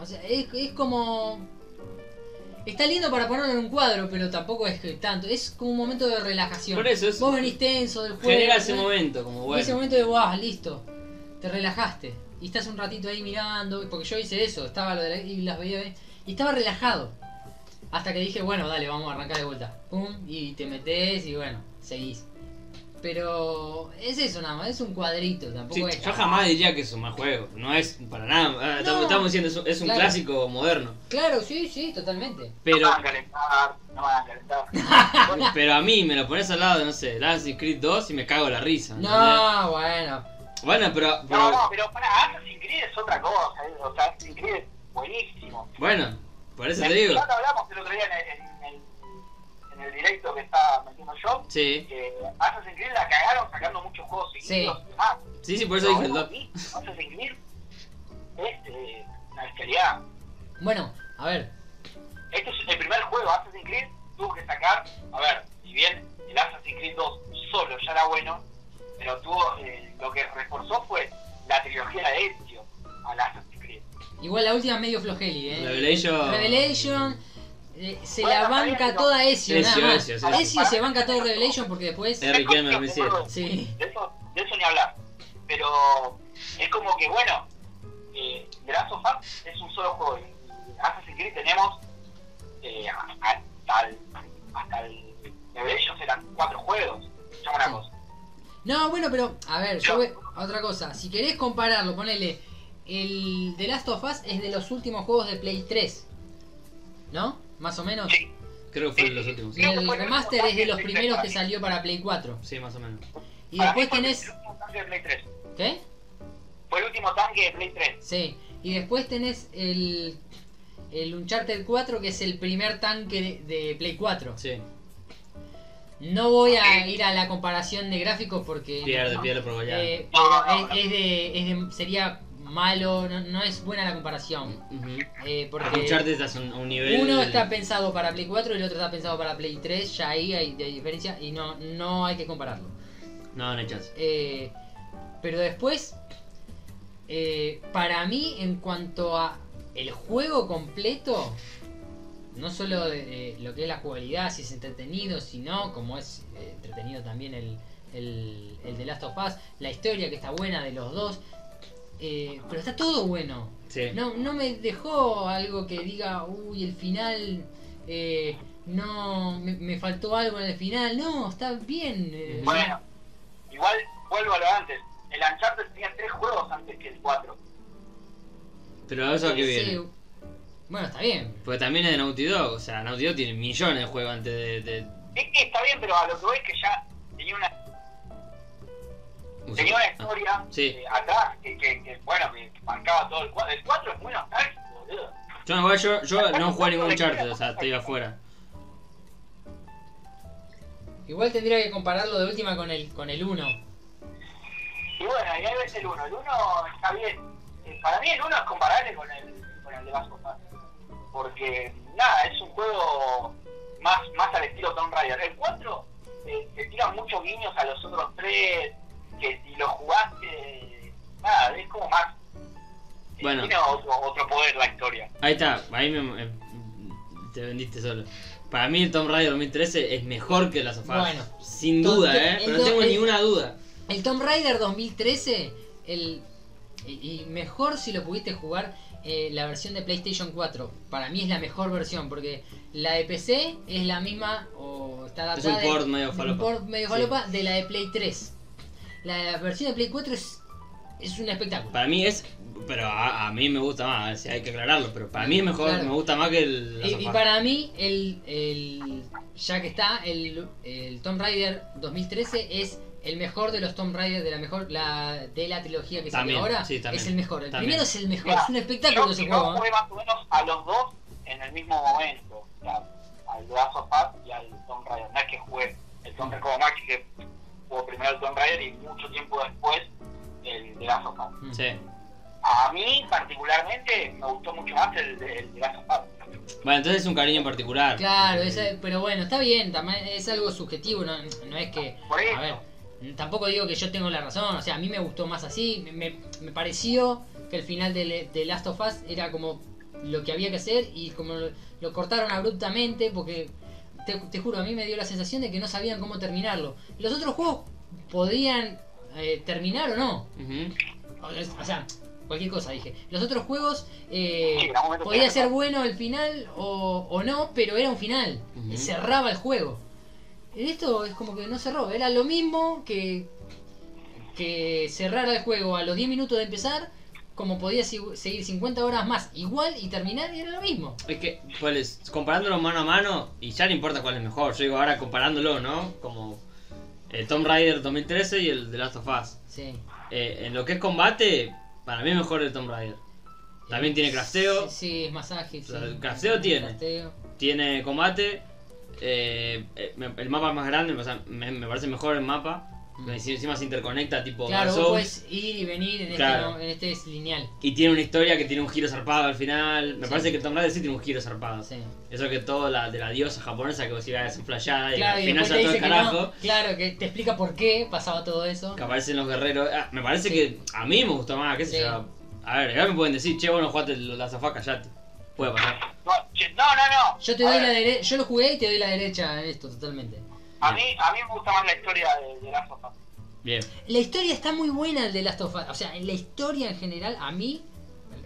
o sea, es, es como... Está lindo para ponerlo en un cuadro, pero tampoco es que tanto. Es como un momento de relajación.
Por eso es-
Vos venís tenso del juego.
Genera ese
¿no?
momento, como
En ese
bueno.
momento de guau, listo. Te relajaste. Y estás un ratito ahí mirando. Porque yo hice eso, estaba lo de la- y las veía ahí, Y estaba relajado. Hasta que dije, bueno, dale, vamos a arrancar de vuelta. Pum, y te metes y bueno, seguís. Pero es eso nada más, es un cuadrito,
Sí,
tampoco es.
yo jamás diría que es un mal juego. No es para nada. Ah, estamos-
No.
Estamos diciendo, es un, es un
Claro.
clásico moderno.
Claro, sí, sí, totalmente.
No
Pero,
van a calentar, no van a calentar.
Ah. *laughs*
pero a mí me lo pones al lado, no sé, Last Creed 2 y me cago la risa. ¿entendés?
No, bueno.
Bueno, pero,
No,
pero-
no, pero para Assassin's Creed es otra cosa. ¿eh? O sea, Assassin's Creed es buenísimo.
Bueno, por eso
Ya
te digo.
lo hablamos el otro día en el, en el, en el directo que estaba metiendo yo,
Sí.
que Assassin's Creed la cagaron sacando muchos juegos seguidos y demás.
Sí, sí, por eso dije el
Ahora,
2.
Assassin's Creed es eh, una bestialidad.
Bueno, a ver.
Este es el primer juego, Assassin's Creed tuvo que sacar, a ver, si bien el Assassin's Creed 2 solo ya era bueno, pero tuvo, eh, lo que reforzó fue la trilogía de Ezio al Assassin's Creed.
Igual la última es medio flojeli, eh.
Revelation.
Revelation, eh, se
Bueno,
la
está bien,
banca
pero-
toda Ezio,
Ezio,
nada más.
Ezio,
Ezio,
Ezio.
se banca todo Revelation porque después.
Eric Gamer 2007.
Sí.
de eso, de eso ni hablar. Pero es como que, bueno, eh, The Last of Us es un solo juego. Y Assassin's Creed tenemos eh, hasta el, hasta el Revelations eran cuatro juegos. Escuchame una
Sí.
cosa.
*laughs* No, bueno, pero, a ver, yo
No.
ve- otra cosa. Si querés compararlo, ponele. El The Last of Us es de los últimos juegos de Play 3. ¿No? Más o menos.
Sí,
Creo que fue de los últimos.
Y
Sí,
el remaster es de los primeros que salió para Play 4.
Sí, más o menos.
Y
para mí
después
fue el
tenés.
último tanque de Play 3.
¿Qué?
Fue el último tanque de Play 3.
Sí. Y después tenés el. El Uncharted 4, que es el primer tanque de, de Play 4.
Sí.
No voy a ir a la comparación de gráficos porque.
Pierde, pierde por goleada.
Eh,
No,
pero
no,
es, es de, es de- sería malo, no, no es buena la comparación.
Ujú.
eh,
Porque
porque
estás a un, a un nivel.
uno está pensado para Play 4 y el otro está pensado para Play 3, ya ahí hay, hay diferencia y no, no hay que compararlo.
No, no hay chance.
Eh, pero después, eh, para mí, en cuanto a el juego completo, no solo de, eh, lo que es la jugabilidad, si es entretenido, sino como es eh, entretenido también el, el, el de Last of Us, la historia que está buena de los dos, eh, pero está todo bueno.
Sí.
No, no me dejó algo que diga, uy, el final, eh, no, me, me faltó algo en el final, no, está bien. eh,
Bueno, igual vuelvo a lo de antes. El Uncharted tenía tres juegos antes que el 4.
Pero eso que
Sí.
viene.
Bueno, está bien.
Porque también es de Naughty Dog. O sea, Naughty Dog tiene millones de juegos antes de. de-
Es que está bien, pero a lo que voy es que ya tenía una
Uy,
Tenía una
ah.
historia
Sí.
eh, atrás que, que, que, bueno, que, que marcaba todo el 4. El 4 es muy nostálgico, boludo.
Yo no, igual yo, yo no jugué a ningún charter, o sea, estoy afuera.
Igual tendría que compararlo de última con el con el 1.
Y bueno, y ahí ves el 1. El 1 está bien. Eh, Para mí el 1 es comparable con el, con el de Last of Us. Porque, nada, es un juego más, más al estilo Tomb Raider. El 4 eh, te tira muchos guiños a los otros tres, que si lo jugaste, nada, es como más... eh,
Bueno.
Tiene otro, otro poder la historia.
Ahí está, ahí me, eh, te vendiste solo. Para mí el Tomb Raider 2013 es mejor que las of Us.
Bueno.
sin
Entonces,
duda, ¿eh? Pero no tengo
entonces-
ninguna duda.
El Tomb Raider 2013, el, y, y mejor si lo pudiste jugar eh, la versión de PlayStation 4. Para mí es la mejor versión porque la de PC es la misma o está
Es un
adaptada.
port medio
un
falopa.
port medio
Sí.
falopa de la de Play 3. La versión de Play 4 es, es un espectáculo.
Para mí es. Pero a, a mí me gusta más, si hay que aclararlo. Pero para mí es mejor,
Claro.
me gusta más que el. Last
Y,
of
y
Us.
para mí, el, el- ya que está, el, el Tomb Raider 2013 es el mejor de los Tomb Raider de la mejor la de la trilogía que sale
También,
ahora.
sí, también,
es el mejor. El
también.
primero es el mejor.
Mira,
es un espectáculo
Yo,
ese
yo
juego. ¿eh?
jugué más o menos a los dos en el mismo momento. O sea, al Last of Us y al Tomb Raider. No es que jugué el Tomb Raider como Maxi, que jugó primero el Tomb Raider y mucho tiempo después el de Last of Us.
Mm.
Sí.
A mí, particularmente, me gustó mucho más el de, el de Last of Us.
Bueno, entonces es un cariño en particular.
Claro, esa- pero bueno, está bien, también es algo subjetivo, no, no es que...
Por eso.
A ver, tampoco digo que yo tengo la razón, o sea, a mí me gustó más así, me, me- me pareció que el final de, de Last of Us era como lo que había que hacer y como lo, lo cortaron abruptamente porque, te, te juro, a mí me dio la sensación de que no sabían cómo terminarlo. Los otros juegos podían eh, terminar o no,
Ujú.
o, o sea, cualquier cosa dije. Los otros juegos
Sí,
eh,
en algún momento
podía
tenía
ser
razón.
bueno el final o, o no, pero era un final. Eh,
Ujú.
Cerraba el juego. En esto es como que no cerró. Era lo mismo que, que cerrar el juego a los 10 minutos de empezar, como podía si- seguir 50 horas más igual y terminar, y era lo mismo.
Es que, ¿cuál es? Comparándolo mano a mano, y ya no importa cuál es mejor. Yo digo ahora comparándolo, ¿no? Como el Tomb Raider 2013 y el The Last of Us.
Sí.
Eh, en lo que es combate, para mí es mejor el Tomb Raider. También tiene crafteo,
Sí, sí, es más ágil. sí.
El crafteo tiene.
Crafteo.
tiene combate. eh, eh, me- el mapa es más grande, o sea, me, me parece mejor el mapa.
Mm.
Enci- Encima se interconecta tipo
Claro, pues.
Dark
vos
Souls,
podés ir y venir, en,
Claro.
este, no- en este es lineal.
Y tiene una historia que tiene un giro zarpado al final. Me
Sí.
parece que Tomb Raider sí tiene un giro zarpado.
Sí.
Eso que todo la, de la diosa japonesa que vos ah, ibas desenflayada y
Claro,
al
y
final
después
ya
te
todo
dice
el
que
carajo.
no. Claro, que te explica por qué pasaba todo eso.
Que aparecen los guerreros. Ah, me parece
Sí.
que a mí me gustó más, qué sé
Sí.
yo. A ver, acá me pueden decir, che, bueno, jugate el- la zafá, callate. Puede pasar.
No, che, no, no. no.
Yo te
A
doy
ver,
la dere- yo lo jugué y te doy la derecha en esto totalmente.
a mí, a mí me gusta más la historia de, de Last of Us.
Bien.
La historia está muy buena el de Last of Us, o sea, la historia en general a mí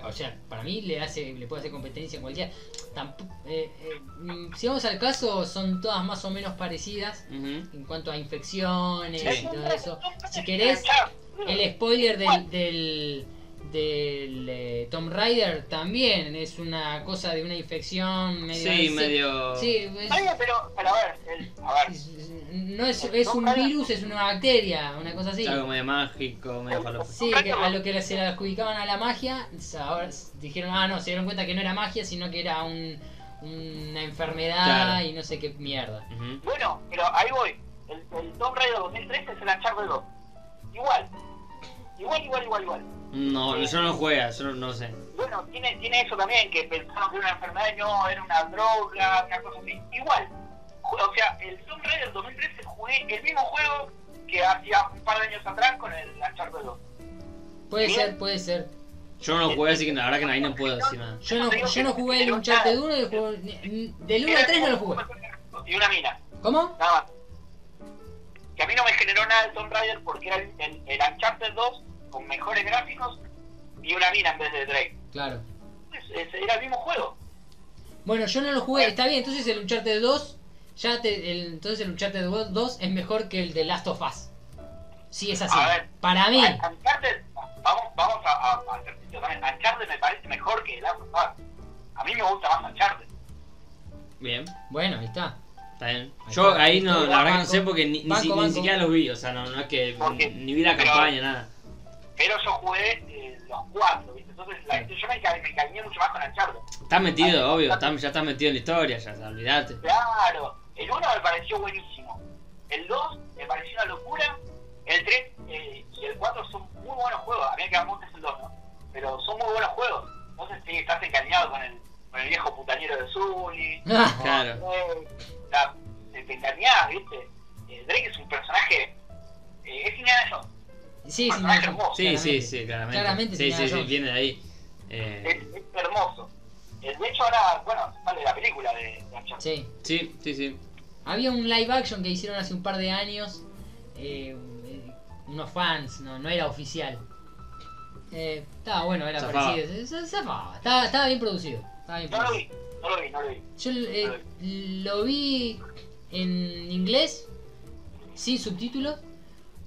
o sea, para mí le hace le puede hacer competencia en cualquiera. Tampo- eh, eh, mm, si vamos al caso, son todas más o menos parecidas
Ujú.
en cuanto a infecciones
Sí.
y todo eso. Si querés, El spoiler del, del, del eh, Tomb Raider también es una cosa de una infección medio.
Sí, medio.
Sí, es-
Está bien, pero, pero a ver, el- a ver,
es- no es, es un virus, es una bacteria, una cosa así.
Algo medio mágico, medio falopa.
Sí, que a lo que se le adjudicaban a la magia, s- ahora s- dijeron, ah, no, se dieron cuenta que no era magia, sino que era un, una enfermedad
Claro.
y no sé qué mierda.
Ujú.
Bueno, pero ahí voy. El, el Tomb Raider 2013 es el Uncharted 2. Igual. Igual, igual, igual, igual.
No, yo no juega, yo no, no sé.
Bueno, tiene, tiene eso también, que pensaron que era una enfermedad y no, era una droga, una cosa así. Igual. Ju- O sea, el Tomb Raider 2013 jugué el mismo juego que hacía un par de años atrás con el Uncharted 2.
Puede
Bien.
ser, puede ser.
Yo
Eh,
no jugué, así que la verdad que ahí no puedo decir nada.
Yo no, yo no jugué el Uncharted 1 y el juego- ni- ni- del 1 al 3 no lo jugué.
Y una mina.
¿Cómo?
nada más. Que a mí no me generó nada el Tomb Raider porque era el, el, el Uncharted 2 con mejores gráficos y una mina en vez de Drake.
Claro.
Pues, es- era el mismo juego.
Bueno, yo no lo jugué, está bien, entonces el Uncharted 2, ya te, el, entonces el Uncharted 2 es mejor que el de Last of Us. Sí, es así.
A ver.
Para mí,
Ah, Uncharted, vamos, vamos a, a, a ser sinceros también. Uncharted me parece mejor que el Last of Us. A mí me gusta más Uncharted.
Bien,
bueno, ahí está.
está bien.
Ahí
Yo
está.
ahí no, la verdad que no
Banco.
sé porque ni, ni, si-
Banco,
ni
banco.
siquiera los vi, o sea, no, no es que
¿Por qué?
ni vi la
Pero-
campaña, nada.
Pero yo jugué eh, los cuatro, ¿viste? Entonces la, yo me, enca- me encariñé mucho más con Uncharted.
Estás
Ahí.
metido, obvio, estás- ya estás metido en la historia, ya, olvidate.
Claro, el 1 me pareció buenísimo, el 2 me pareció una locura, el 3 y el 4 son muy buenos juegos, a mí me queda mucho el 2, ¿no? Pero son muy buenos juegos, entonces sí, estás encariñado con el, con el viejo putañero de Zully,
Claro.
eh, la- te te encariñás, ¿viste? Eh, Drake es un personaje, eh, es Indiana Jones,
sí, sí,
personaje
no,
hermoso.
Sí, sí,
claramente.
sí, claramente.
Claramente
sí,
tenía
sí, sí,
razón.
viene de ahí. Eh,
es, es hermoso. Eh, de hecho ahora, bueno, sale de la película de, de Uncharted.
Sí.
Sí, sí, sí.
Había un live action que hicieron hace un par de años. eh, eh, unos fans, no, no era oficial. Eh, estaba bueno, era
Zafaba.
parecido. se- se- Zafaba. Estaba, estaba bien producido. Estaba bien
No lo
producido.
vi, no lo vi, no lo vi.
Yo eh, lo vi en inglés, sin subtítulos,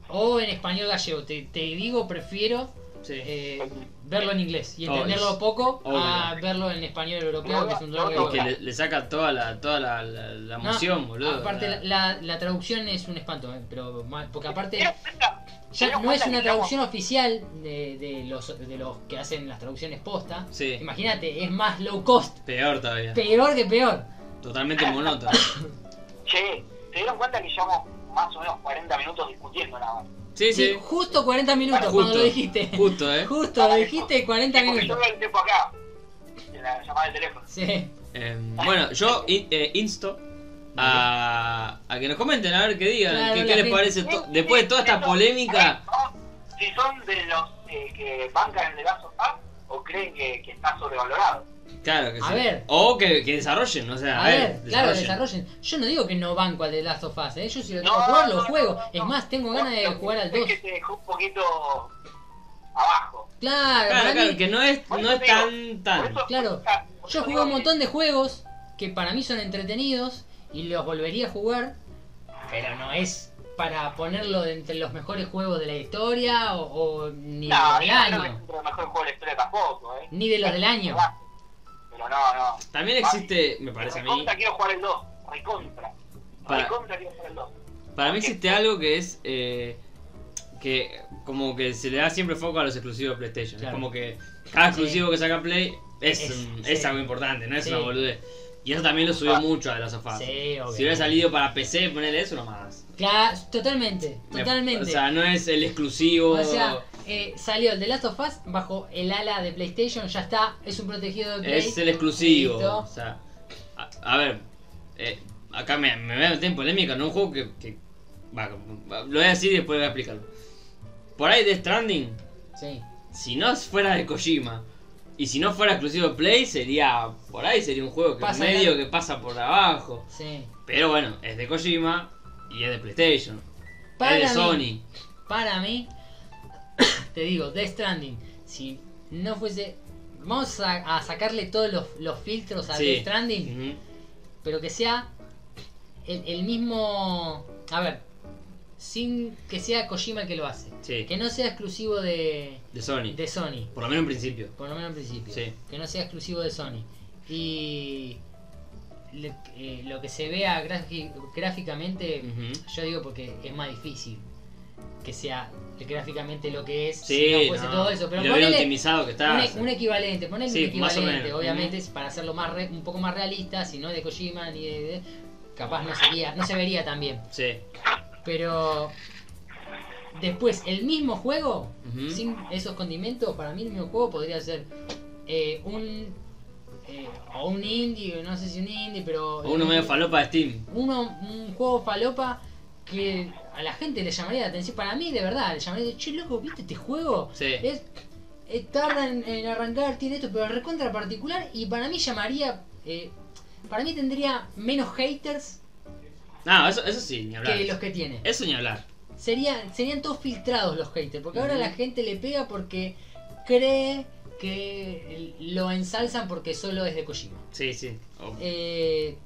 o en español gallego. Te, te digo, prefiero
Sí.
eh, verlo en inglés y
Oh,
entenderlo
es-
poco a
obvio.
verlo en español europeo, que es un dolor de
Y
Y que
boca.
le, le saca toda la, toda la, la, la
No,
emoción, boludo.
Aparte,
la-
la, la- la traducción es un espanto, eh, pero mal- porque aparte
Pero, venga,
ya
dieron cuenta
no es una
que estamos-
traducción oficial de, de los, de los que hacen las traducciones posta.
Sí,
Imagínate, es más low cost,
peor todavía.
peor que peor.
Totalmente monótono.
Che, ¿se dieron cuenta que llevamos más o menos 40 minutos discutiendo nada más?
Sí,
Sí,
sí.
justo 40 minutos cuando
Justo.
lo dijiste.
Justo, eh.
Justo, lo dijiste 40
Sí, porque yo
minutos.
veo el tiempo acá, en la llamada del teléfono.
Sí.
Eh, bueno, yo in- eh, insto a, a que nos comenten, a ver qué digan,
Claro,
qué,
la
qué les
gente-
parece. to- después de toda
Eh,
esta polémica,
Vamos, Si son de los eh, que bancan el de Last of Us, o creen que, que está sobrevalorado.
claro que
A
sí.
ver.
O que, que desarrollen, o sea,
A ver, claro, desarrollen. Yo no digo que no banco al de Last of Us, ¿eh? yo si lo tengo que jugar, lo juego. Es más, tengo ganas de jugar al 2.
Es que se dejó un poquito abajo.
Claro,
Claro,
para
claro,
mí-
que no es,
Por
no
eso
es
te digo, Por
tan, tan.
eso-
Claro,
por eso
yo jugué
digo
un
que-
montón de juegos que para mí son entretenidos y los volvería a jugar, pero no es para ponerlo de entre los mejores juegos de la historia o, o ni
No,
del
yo creo que es
año.
uno de los mejores juegos de la historia tampoco, ¿eh?
Ni de los del año.
Pero no, no.
También existe, me parece a mí,
Recontra quiero jugar el 2. Recontra.
Para-
Recontra quiero jugar el 2.
para mí existe algo que es eh, que como que se le da siempre foco a los exclusivos de PlayStation. Es
Claro.
como que cada
Sí.
exclusivo que saca Play es,
Es,
un-
sí.
es algo importante, no es
Sí. Ah.
una boludez. Y eso también lo subió mucho a las sofás.
Sí, obvio.
Si hubiera salido para PC, ponerle eso nomás.
Claro, totalmente,
Me-
totalmente.
O sea, no es el exclusivo.
O sea, eh, salió el The Last of Us bajo el ala de PlayStation, ya está, es un protegido de Play.
es el exclusivo.
Listo.
O sea, a, a ver, eh, acá me, me voy a meter en polémica, ¿no? Un juego que. que- va, va, lo voy a decir y después voy a explicarlo. Por ahí de Stranding,
Sí,
si no fuera de Kojima y si no fuera exclusivo de Play, sería. Por ahí sería un juego que
Pasa
medio
acá.
que pasa por abajo.
sí.
Pero bueno, es de Kojima y es de PlayStation.
Para
es de
mí,
Sony.
Para mí, *coughs* te digo, Death Stranding, si no fuese. Vamos a, a sacarle todos los, los filtros a
Sí.
Death Stranding,
Ujú.
pero que sea el, el mismo. A ver, sin que sea Kojima el que lo hace.
Sí,
Que no sea exclusivo de,
de Sony.
de Sony.
Por lo menos en principio.
Por lo menos al principio.
Sí.
Que no sea exclusivo de Sony. Y le- eh, lo que se vea grafi- gráficamente,
Ujú.
yo digo porque es más difícil que sea gráficamente lo que es.
Sí,
si no fuese
no.
todo eso. Pero
Y lo bien
ponele
optimizado que está.
un, e-, un equivalente, ponele
Sí,
un
más o
equivalente,
menos.
obviamente, es para hacerlo más re- un poco más realista, si no es de Kojima ni de, de- capaz no sería, no se vería tan bien.
Sí.
Pero después, el mismo juego,
Ujú.
sin esos condimentos, para mí el mismo juego podría ser eh, un. eh, o un indie, no sé si un indie, pero.
O uno medio falopa de Steam.
Uno, un juego falopa que a la gente le llamaría la atención. Para mí, de verdad, le llamaría, che, loco, ¿viste este juego?
Sí.
Es, es- tarda en, en arrancar, tiene esto, pero es recontra particular. Y para mí llamaría. eh, para mí tendría menos haters
No, eso, eso sí, ni hablar.
que los que tiene.
Eso ni hablar.
Serían, serían todos filtrados los haters, porque ahora
Ujú.
la gente le pega porque cree que lo ensalzan porque solo es de Kojima.
Sí, sí. O-
Eh,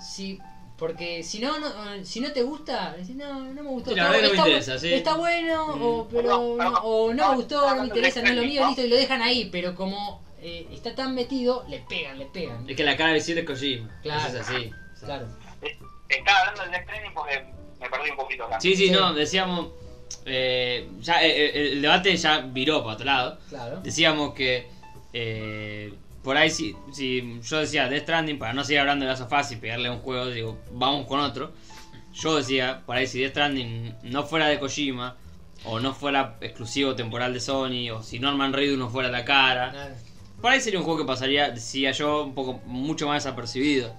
si, porque si no, no- eh, si no te gusta, decís, no, no me gustó.
Sí, la verdad que no me
bu-
interesa, sí.
está bueno,
Mm.
o,
No,
pero, no,
no,
o no me
no,
gustó, no me
no,
interesa, no es lo mío,
no.
listo, y lo dejan ahí, pero como eh, está tan metido, le pegan, le pegan.
Es que la cara visible es Kojima.
Claro.
Eso es así. O sea,
Claro.
Estaba hablando del Death Stranding porque me perdí un poquito acá.
Sí, sí,
Sí.
no, decíamos. eh, ya, eh, eh, el debate ya viró para otro lado.
Claro.
Decíamos que. eh, por ahí, si, si yo decía Death Stranding, para no seguir hablando de las sofás y pegarle a un juego, digo, vamos con otro. Yo decía, por ahí, si Death Stranding no fuera de Kojima, o no fuera exclusivo temporal de Sony, o si Norman Reedus no fuera la cara,
Claro.
por ahí sería un juego que pasaría, decía yo, un poco mucho más desapercibido.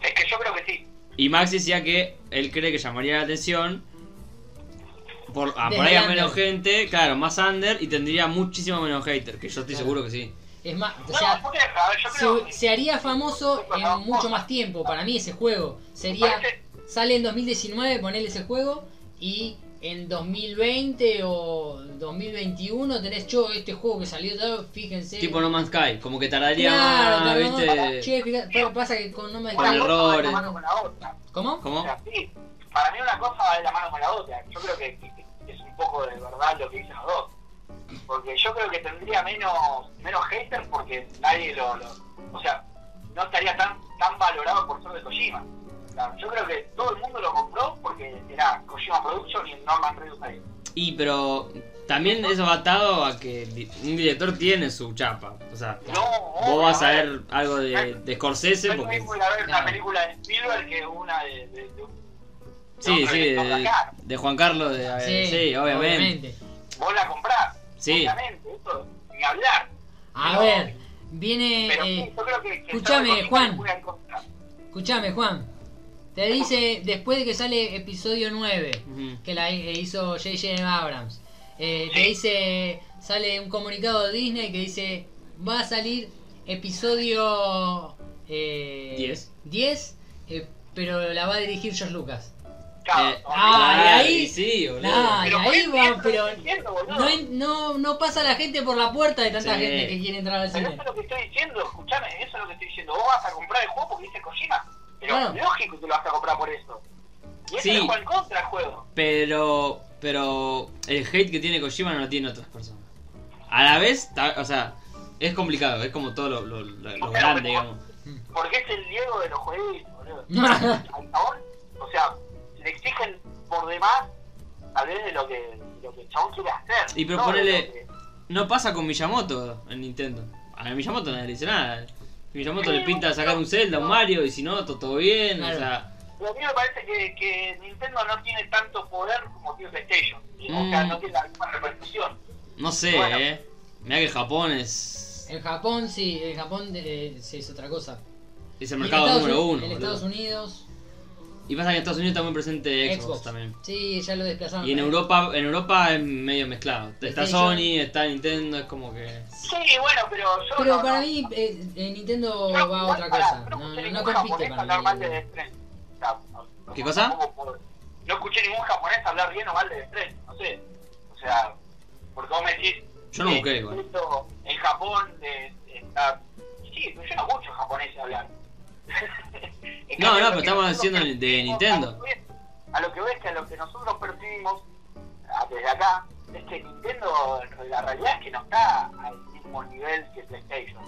Es que yo creo que sí.
Y Max decía que él cree que llamaría la atención. Por, a, por
Desde
ahí a
under.
menos gente, claro, más under y tendría muchísimo menos hater, que yo estoy
Claro.
seguro que sí.
Es más, o
No,
sea,
no deja, a ver, yo creo
se,
que
se haría famoso en mucho más tiempo. Para mí ese juego sería...
parece-
Sale en 2019, ponele ese juego y en 2020 o 2021 tenés yo este juego que salió tal, fíjense.
Tipo No Man's Sky, como que tardaría más,
claro, tardó más.
¿viste?
Che, fíjate, pero pasa que con no me
una cosa va de la
errores.
mano con la otra.
¿Cómo?
O
¿Cómo?
sea, sí, para mí una cosa va de la mano con la otra. Yo creo que, que- que es un poco de verdad lo que dicen los dos. Porque yo creo que tendría menos menos haters porque nadie lo, lo- O sea, no estaría tan tan valorado por ser de Kojima. O sea, yo creo que todo el mundo lo compró porque era Kojima Production y Norman Reedus ahí.
Y pero también eso va atado a que di- un director tiene su chapa. O sea,
No,
vos vas a
obvio,
ver algo de, de Scorsese
No es lo
porque...
mismo ir a ver
claro.
una película de Spielberg que una de, de- de un-
Sí,
no,
sí,
pero
de,
acá.
de Juan Carlos, de, Eh, sí, obviamente.
Vos la comprás,
Sí.
obviamente, eso, ni hablar.
A
No,
ver, viene...
Pero
eh,
sí, yo creo que... que
escuchame,
Sony
Juan.
puede encontrar.
Escuchame, Juan. Te dice, después de que sale episodio 9,
Ujú.
que la eh, hizo J.J. Abrams, eh, te
Sí.
dice, sale un comunicado de Disney que dice, va a salir episodio eh,
10.
10, eh, pero la va a dirigir George Lucas.
Claro,
Eh,
no,
ah,
mira,
Claro,
y ahí-
y sí, boludo.
Nah, y
Pero
ahí
por
va,
eso
pero
estoy diciendo, boludo.
no, en- no, no pasa la gente por la puerta de tanta
Sí.
gente que quiere entrar al
Pero
cine.
eso es lo que estoy diciendo, escuchame, eso es lo que estoy diciendo. Vos vas a comprar el juego porque dice Kojima. Pero
Claro.
lógico que lo vas a comprar por eso. Y eso
Sí.
es juega en contra el juego.
Pero, pero el hate que tiene Kojima no lo tiene otras personas. A la vez, ta- o sea, es complicado, es como todo lo, lo- lo- lo grande, digamos.
Porque es el Diego de los jueguitos, boludo.
*laughs*
Al chabón, o sea, le exigen por demás, tal vez de lo que, lo que el chabón quiere hacer.
Y pero
no de lo
ponele-
que-
No pasa con Miyamoto en Nintendo. A Miyamoto nadie le dice nada. Miyamoto le pinta sacar un Zelda, un Mario, y si no, todo, todo bien.
Claro.
O sea,
Pero a mí me parece que, que Nintendo no tiene tanto poder como tiene PlayStation. O sea,
Mm.
no tiene la misma repercusión.
no sé,
Bueno.
eh. Mirá que Japón es.
En Japón sí, en Japón eh, sí es otra cosa.
Es el
En
mercado
Estados
número
Uni-
uno.
En
boludo.
Estados Unidos,
Y pasa que en Estados Unidos está muy presente Xbox,
Xbox. Ah,
también.
Sí, ya lo desplazaron.
Y en Europa, en Europa es medio mezclado. Está
PlayStation.
Sony, está Nintendo, es como que.
Sí, bueno, pero yo.
Pero
no-
para
no-
mí eh, eh, Nintendo
Yo,
va a
igual, pará,
otra cosa.
yo
No, no,
escuché
no
ningún
compite
japonés
para
hablar mal
mí.
de Death Stranding. O sea, no- no-
¿Qué cosa?
tampoco- No escuché ningún japonés hablar bien o mal de Death Stranding, no sé. O sea, porque vos me decís.
Yo no
eh,
busqué igual.
esto En Japón eh, está. Sí, pero yo no escucho japonés hablar. *laughs* En
No,
cambio,
no,
lo
pero
que
estamos
nosotros
diciendo de
percibimos,
Nintendo.
A lo, que, a lo que ves que a lo que nosotros percibimos a- desde acá es que Nintendo, la realidad es que no está al mismo nivel que PlayStation.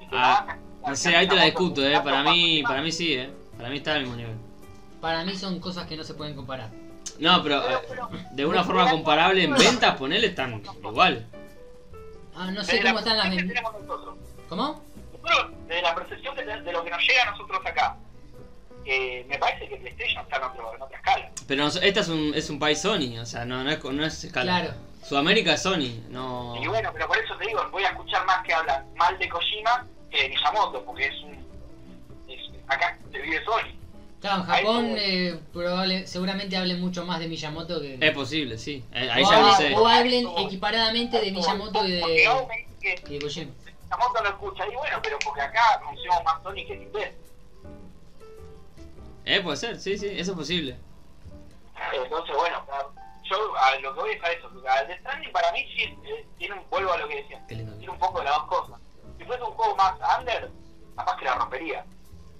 Y que
Ah,
no vas a-
No sé, ahí te la discuto, eh. Para mí,
Tanto
para mí sí, eh. Para mí está al mismo nivel.
Para mí son cosas que no se pueden comparar.
No, pero eh, de una forma comparable en ventas, ponele, están igual.
Ah, no sé
Desde
cómo
la
están las
*laughs* percepción que
ventas.
tenemos nosotros.
¿Cómo?
Nosotros, desde la percepción que tenemos- de lo que nos llega a nosotros acá, eh, me parece que PlayStation está en, otro- en otra escala.
Pero nos- esta es un, es un país Sony, o sea, no, no, es, no es escala.
Claro.
Sudamérica es Sony, no.
Y bueno, pero por eso te digo, voy a escuchar más que hablan mal de Kojima que de Miyamoto, porque es un. es- acá se vive Sony.
Claro, en
Ahí
Japón
como-
eh, probable, seguramente hablen mucho más de Miyamoto que...
Es posible, sí. Eh, Ahí
o,
ya no
hablen,
sé.
o hablen equiparadamente de Miyamoto y
Porque
de,
vos me dices que
y de Kojima.
Miyamoto lo escucha, y bueno, pero porque acá consumimos más Sony que Nintendo.
Eh, puede ser, sí, sí, eso es posible.
Entonces, bueno, yo a lo que voy es a eso. porque al de Stranding para mí sí, eh, tiene un, vuelvo a lo que decía,
Qué lindo.
tiene un poco de las dos cosas. Si fuese un juego más under, capaz que la rompería,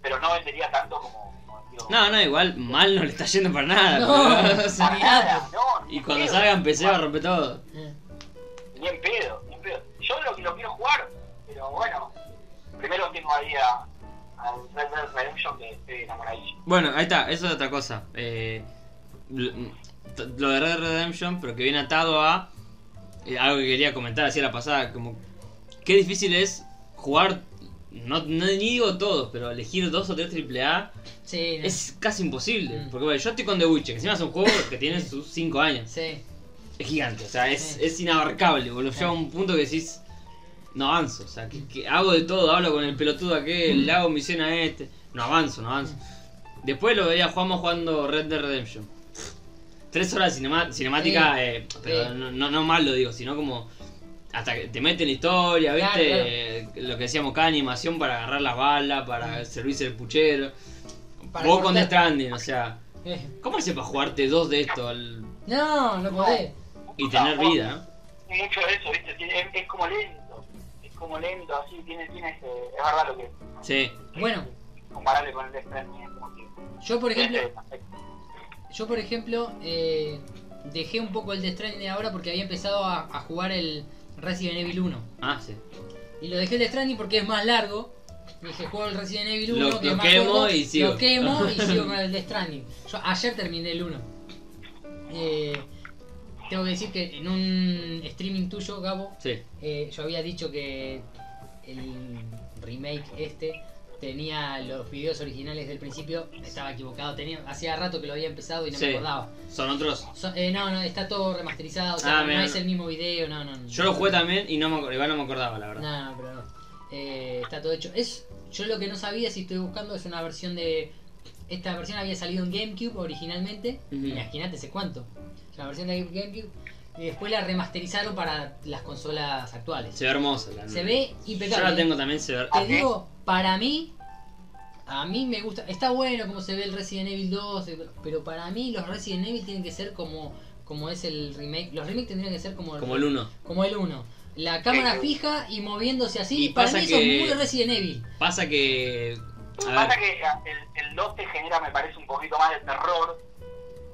pero no vendería tanto como... como digo,
No, no, igual mal no le está yendo para nada.
No.
pero, o sea,
para nada, no, ni
*laughs* pues, y
en
cuando
pedo.
salga en PC va a romper todo.
Eh.
Ni en pedo, ni en pedo. Yo lo que lo quiero jugar, pero bueno, primero tengo ahí a, a Red Dead Redemption que estoy enamoradísimo.
Bueno, ahí está, eso es otra cosa. Eh, lo lo de Red Dead Redemption, pero que viene atado a eh, algo que quería comentar así a la pasada, como qué difícil es jugar, no, no- ni digo todos, pero elegir dos o tres AAA
Sí, no.
es casi imposible.
Mm.
Porque bueno, yo estoy con The Witcher, que encima es un juego que tiene sus 5 años.
sí.
Es gigante, o sea, es,
Sí.
es inabarcable, boludo. Llega un punto que decís, no avanzo, o sea, que, que hago de todo, hablo con el pelotudo aquel, le hago misión a este, no avanzo, no avanzo. Después lo veía a Juanma jugando Red Dead Redemption. Tres horas de cinema- cinemática, eh, pero
Sí.
No, no, no mal lo digo, sino como hasta que te meten la historia, ¿viste?
Claro, claro.
Eh, Lo que decíamos acá, animación para agarrar las balas, para
Mm.
servirse el puchero.
Para
Vos con
cortar.
Death Stranding, o sea,
Eh,
¿cómo haces para jugarte dos de estos al-
No, no podés.
y tener
Tampoco.
vida? no?
mucho de eso, ¿viste? Tiene- es, es como lento, es como lento, así, tiene, tiene ese- es verdad lo que...
Sí.
Bueno.
Comparable con el Death Stranding, es como que...
Yo, por ejemplo,
tiene ese aspecto.
Yo, por ejemplo, eh, dejé un poco el Death Stranding ahora porque había empezado a, a jugar el Resident Evil 1.
Ah, sí.
Y lo dejé el Death Stranding porque es más largo. Dije, juego el Resident Evil 1,
Lo-
que
lo
es más
quemo
corto,
y sigo.
Lo
*laughs*
quemo y sigo con el Death Stranding. Yo ayer terminé el 1. Eh, tengo que decir que en un streaming tuyo, Gabo,
Sí.
eh, yo había dicho que el remake este tenía los videos originales del principio. Estaba equivocado, tenía hacía rato que lo había empezado y no
Sí.
me acordaba.
Son otros.
So- eh, no, no, está todo remasterizado, o
Ah,
sea, no
bien.
es el mismo video, no, no. no.
Yo lo jugué también y no me, ac- igual no me acordaba, la verdad.
No, no, pero no. Eh, está todo hecho. Es, yo lo que no sabía, si estoy buscando, es una versión de... Esta versión había salido en GameCube originalmente,
Ujú.
imagínate, sé cuánto. La versión de GameCube, y después la remasterizaron para las consolas actuales.
Se ve hermosa la
Se ve impecable. ¿eh?
Yo la tengo también, se ve.
Te digo, para mí, a mí me gusta, está bueno como se ve el Resident Evil 2, eh, pero para mí los Resident Evil tienen que ser como como es el remake, los remakes tendrían que ser como
Como el uno.
como el 1. La cámara
Sí.
fija y moviéndose así,
Eh, Y
para
pasa
mí
que-
eso es muy Resident Evil.
Pasa que. A
Pasa
ver.
que a- el, el 2 te genera, me parece, un poquito más de terror